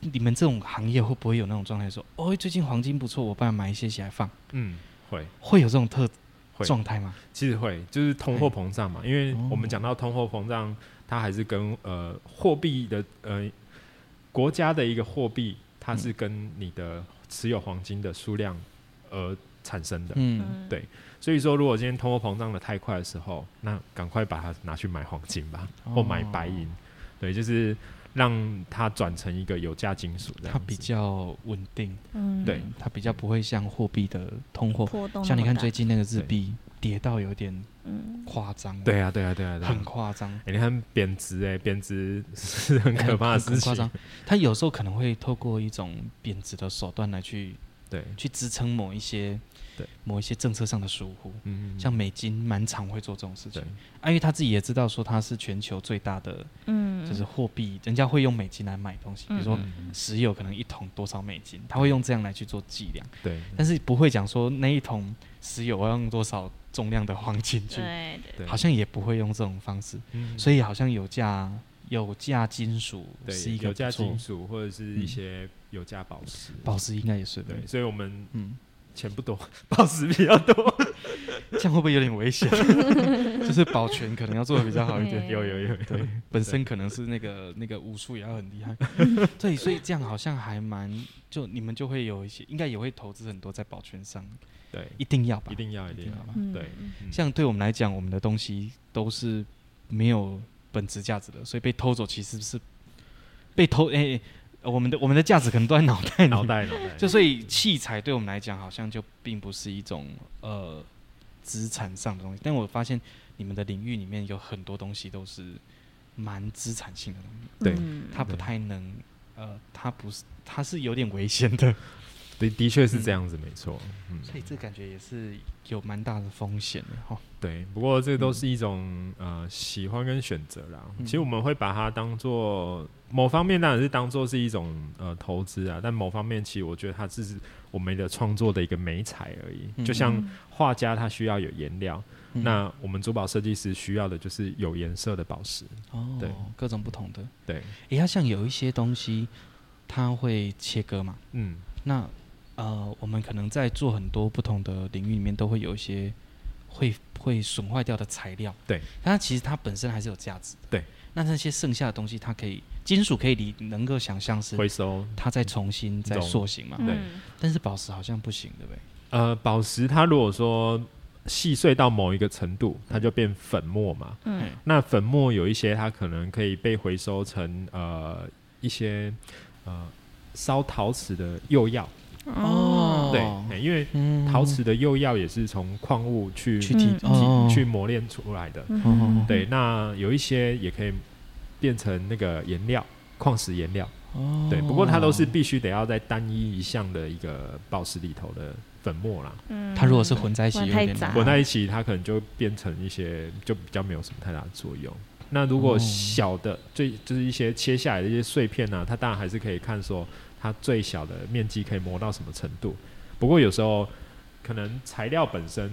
Speaker 1: 你们这种行业会不会有那种状态说，哦，最近黄金不错，我帮你买一些起来放，
Speaker 3: 嗯，会
Speaker 1: 会有这种特
Speaker 3: 会，
Speaker 1: 状态吗？
Speaker 3: 其实会，就是通货膨胀嘛，因为
Speaker 1: 哦
Speaker 3: 我们讲到通货膨胀，它还是跟呃货币的呃国家的一个货币，它
Speaker 1: 嗯
Speaker 3: 是跟你的持有黄金的数量而产生的。
Speaker 1: 嗯，
Speaker 3: 对所以说，如果今天通货膨胀的太快的时候，那赶快把它拿去买黄金吧，
Speaker 1: 哦
Speaker 3: 或买白银，对，就是让它转成一个有价金属这
Speaker 1: 它
Speaker 3: 样
Speaker 1: 比
Speaker 3: 子。
Speaker 1: 较稳定，
Speaker 2: 嗯，
Speaker 3: 对
Speaker 1: 嗯它比较不会像货币的通货，
Speaker 2: 波动那么大，
Speaker 1: 像你看最近那个日
Speaker 3: 对
Speaker 1: 币跌到有点
Speaker 2: 嗯，
Speaker 1: 夸张，，
Speaker 3: 对啊，对啊，对啊，对啊
Speaker 1: 很。夸张。
Speaker 3: 哎、你看贬值、哎，贬值是很可怕的
Speaker 1: 哎很
Speaker 3: 事
Speaker 1: 很夸
Speaker 3: 情。
Speaker 1: 张。他有时候可能会透过一种贬值的手段来去
Speaker 3: 对，
Speaker 1: 去支撑某一些
Speaker 3: 对
Speaker 1: 某一些政策上的疏忽，
Speaker 3: 嗯，
Speaker 1: 像美金蛮常会做这种事情
Speaker 3: 对。
Speaker 1: 啊，因为他自己也知道说他是全球最大的
Speaker 2: 嗯，
Speaker 1: 就是货币，人家会用美金来买东西，比如说
Speaker 3: 嗯嗯
Speaker 1: 石油可能一桶多少美金，他会用这样来去做计量，
Speaker 3: 对
Speaker 1: 但是不会讲说那一桶石油要用多少重量的黄金去，
Speaker 2: 对对
Speaker 3: 对，
Speaker 1: 好像也不会用这种方式，
Speaker 3: 嗯
Speaker 1: 所以好像有价有价金属是
Speaker 3: 对
Speaker 1: 一个
Speaker 3: 有价
Speaker 1: 不错嗯
Speaker 3: 金属或者是一些有价宝石，
Speaker 1: 宝石应该也是
Speaker 3: 对，所以我们
Speaker 1: 嗯，
Speaker 3: 钱不多， [laughs] 宝石比较多。
Speaker 1: 这样会不会有点危险？ [laughs] 就是保全可能要做的比较好一
Speaker 3: [laughs]
Speaker 1: 点。
Speaker 2: 嗯
Speaker 3: 有有有有，
Speaker 1: 对，本身可能是那个那个武术也要很厉害，对，所以这样好像还蛮就你们就会有一些，应该也会投资很多在保全上，
Speaker 3: 对，
Speaker 1: 一定要吧，
Speaker 3: 一定要一
Speaker 1: 一
Speaker 3: 定
Speaker 1: 定
Speaker 3: 要
Speaker 1: 要。吧。
Speaker 2: 嗯
Speaker 3: 对，嗯
Speaker 1: 像对我们来讲，我们的东西都是没有本质价值的，所以被偷走其实是被偷，哎、哎呃我们的我们的价值可能都在脑袋里
Speaker 3: 脑袋脑袋
Speaker 1: [laughs] 就所以器材对我们来讲，好像就并不是一种呃资产上的东西。但我发现你们的领域里面有很多东西都是蛮资产性的东西，
Speaker 3: 对
Speaker 2: 嗯
Speaker 1: 它不
Speaker 3: 对
Speaker 1: 太能呃，它不是，它是有点危险的， [laughs]
Speaker 3: 的的确是这样子，没错。嗯，
Speaker 1: 所以这感觉也是有蛮大的风险的哈。
Speaker 3: 对。不过这都是一种、呃喜欢跟选择啦。
Speaker 1: 嗯
Speaker 3: 其实我们会把它当做某方面当然是当做是一种呃投资啊，但某方面其实我觉得它只是我们的创作的一个美彩而已。
Speaker 1: 嗯
Speaker 3: 就像画家他需要有颜料，
Speaker 1: 嗯
Speaker 3: 那我们珠宝设计师需要的就是有颜色的宝石。
Speaker 1: 哦，
Speaker 3: 对
Speaker 1: 各种不同的，
Speaker 3: 对，
Speaker 1: 也要像有一些东西，它会切割嘛，
Speaker 3: 嗯，
Speaker 1: 那呃，我们可能在做很多不同的领域里面，都会有一些会会损坏掉的材料。
Speaker 3: 对，
Speaker 1: 但它其实它本身还是有价值的。
Speaker 3: 对，
Speaker 1: 那那些剩下的东西，它可以金属可以理能够想象是
Speaker 3: 回收
Speaker 1: 它再重新再
Speaker 3: 懂
Speaker 1: 塑形嘛。
Speaker 3: 对
Speaker 2: 嗯
Speaker 1: 但是宝石好像不行，对不对？
Speaker 3: 呃，宝石它如果说细碎到某一个程度，它就变粉末嘛。
Speaker 2: 嗯
Speaker 3: 那粉末有一些它可能可以被回收成呃一些呃烧陶瓷的釉药，
Speaker 1: 哦
Speaker 3: 对、欸因为
Speaker 1: 嗯
Speaker 3: 陶瓷的釉药也是从矿物去
Speaker 1: 去
Speaker 3: 去
Speaker 1: 提
Speaker 2: 嗯
Speaker 1: 哦
Speaker 3: 去磨练出来的。
Speaker 2: 嗯
Speaker 1: 哦
Speaker 3: 对，那有一些也可以变成那个颜料，矿石颜料。
Speaker 1: 哦
Speaker 3: 对，不过它都是必须得要在单一一项的一个宝石里头的粉末啦。
Speaker 2: 嗯
Speaker 1: 它如果是混在一起，
Speaker 2: 哇
Speaker 1: 有
Speaker 2: 太
Speaker 1: 点
Speaker 2: 杂
Speaker 3: 混在一起，它可能就变成一些就比较没有什么太大的作用。那如果
Speaker 1: 哦
Speaker 3: 小的、最就是一些切下来的一些碎片啊呢、它当然还是可以看说它最小的面积可以磨到什么程度。不过有时候可能材料本身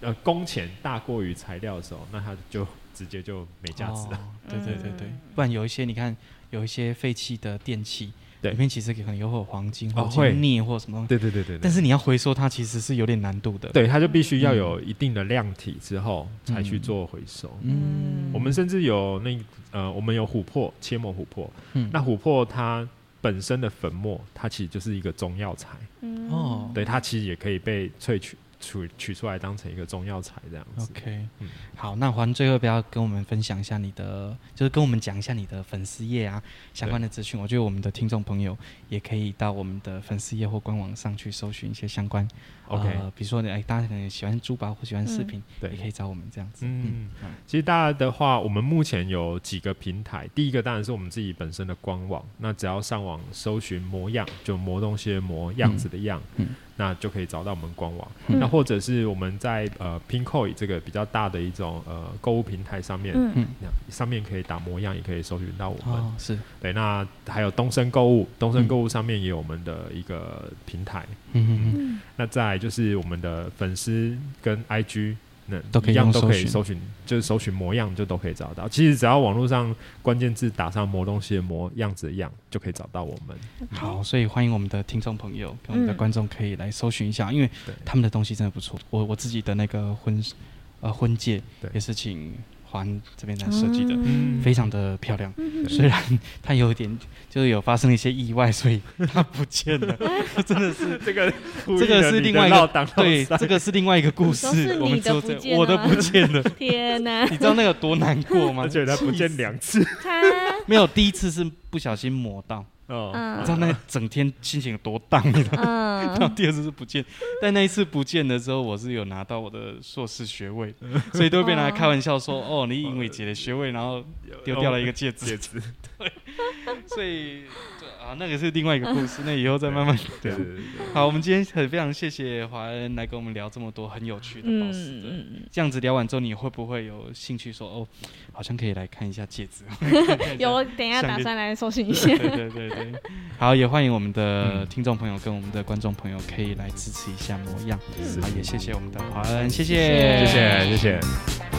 Speaker 3: 呃工钱大过于材料的时候，那它就直接就没价值了。 [laughs]
Speaker 1: 哦对对对对
Speaker 2: 嗯，
Speaker 1: 不然有一些你看，有一些废弃的电器，
Speaker 3: 对
Speaker 1: 里面其实可能有会有黄金
Speaker 3: 哦
Speaker 1: 或
Speaker 3: 会
Speaker 1: 金镍或什么东西，
Speaker 3: 对对对对对
Speaker 1: 但是你要回收它其实是有点难度的。，
Speaker 3: 对，它就必须要有一定的量体之后才去做回收。
Speaker 1: 嗯
Speaker 3: 我们甚至有那呃，我们有琥珀切磨琥珀，
Speaker 1: 嗯
Speaker 3: 那琥珀它本身的粉末，它其实就是一个中药材，
Speaker 2: 嗯
Speaker 1: 哦
Speaker 3: 对，它其实也可以被萃取取取出来当成一个中药材这样子。
Speaker 1: OK，
Speaker 3: 嗯
Speaker 1: 好，那环最后要不要跟我们分享一下你的，就是跟我们讲一下你的粉丝页啊相关的资讯？我觉得我们的听众朋友也可以到我们的粉丝页或官网上去搜寻一些相关。
Speaker 3: OK，、
Speaker 1: 呃比如说你哎，大家可能喜欢珠宝或喜欢饰
Speaker 2: 嗯
Speaker 1: 品，也可
Speaker 3: 对。
Speaker 1: 以找我们这样子。嗯，
Speaker 3: 嗯，其实大家的话，我们目前有几个平台。第一个当然是我们自己本身的官网，那只要上网搜寻“模样”，就磨东西的磨，样子的样，
Speaker 1: 嗯
Speaker 3: 那就可以找到我们官网。
Speaker 2: 嗯
Speaker 3: 那或者是我们在呃 Pinkoi 这个比较大的一种呃购物平台上面，
Speaker 2: 嗯
Speaker 3: 那上面可以打模样，也可以搜寻到我们。
Speaker 1: 哦，是，
Speaker 3: 对，那还有东升购物，
Speaker 1: 嗯
Speaker 3: 东升购物上面也有我们的一个平台。
Speaker 1: 嗯嗯嗯，
Speaker 2: 嗯
Speaker 3: 那再来就是我们的粉丝跟 IG，那
Speaker 1: 都可以
Speaker 3: 一样
Speaker 1: 用
Speaker 3: 都可以
Speaker 1: 搜
Speaker 3: 搜寻，就是搜寻模样就都可以找到。其实只要网络上关键字打上“磨东西”的“磨”样子的“样”，就可以找到我们。
Speaker 1: 好，所以欢迎我们的听众朋友跟我们的
Speaker 2: 嗯
Speaker 1: 观众可以来搜寻一下，因为
Speaker 3: 对
Speaker 1: 他们的东西真的不错。我我自己的那个婚呃婚戒
Speaker 3: 对
Speaker 1: 也是请环这边来设计的，
Speaker 3: 嗯
Speaker 1: 非常的漂亮。
Speaker 2: 嗯
Speaker 1: 虽然它有一点就是有发生一些意外，所以它不见
Speaker 2: [laughs]
Speaker 1: 了。真的是
Speaker 3: [laughs] 这个
Speaker 1: 这个是另外一个对，这
Speaker 3: 个
Speaker 1: 个是另外一个故
Speaker 2: 都是
Speaker 1: 事。
Speaker 2: 你
Speaker 1: 我们之
Speaker 2: 的
Speaker 1: 后
Speaker 2: 不
Speaker 1: 再
Speaker 2: 见
Speaker 1: 我的
Speaker 2: 啊
Speaker 1: 不见了，[laughs]
Speaker 2: 天哪，
Speaker 1: 你知道那个多难过吗？
Speaker 3: 而且它 [laughs] 不见两次
Speaker 2: 他
Speaker 1: 没有，第一次是不小心磨到，
Speaker 3: 哦，
Speaker 1: 你
Speaker 2: 嗯
Speaker 1: 知道那整天心情有多荡，你知道吗然后
Speaker 2: 嗯
Speaker 1: 第二次是不见，但那一次不见的时候，我是有拿到我的硕士学位，所以都被拿来开玩笑说：“哦，你因为姐的学位，然后丢掉了一个戒指。
Speaker 3: 哦戒指，
Speaker 1: 所以对啊，那个是另外一个故事，那以后再慢慢。
Speaker 3: 对对对对。
Speaker 1: 好，我们今天很非常谢谢华恩来跟我们聊这么多很有趣的宝石。对
Speaker 2: 嗯，
Speaker 1: 这样子聊完之后，你会不会有兴趣说哦，好像可以来看一下戒
Speaker 2: [laughs]
Speaker 1: 指？
Speaker 2: 有，我等一下
Speaker 1: 上
Speaker 2: 打
Speaker 1: 面
Speaker 2: 算来搜寻一下。
Speaker 1: 对对对对，好，也欢迎我们的听众朋友跟我们的观众朋友可以来支持一下模样。
Speaker 3: 是
Speaker 1: 好，也谢谢我们的华恩，谢谢，
Speaker 2: 嗯谢
Speaker 3: 谢谢，谢谢。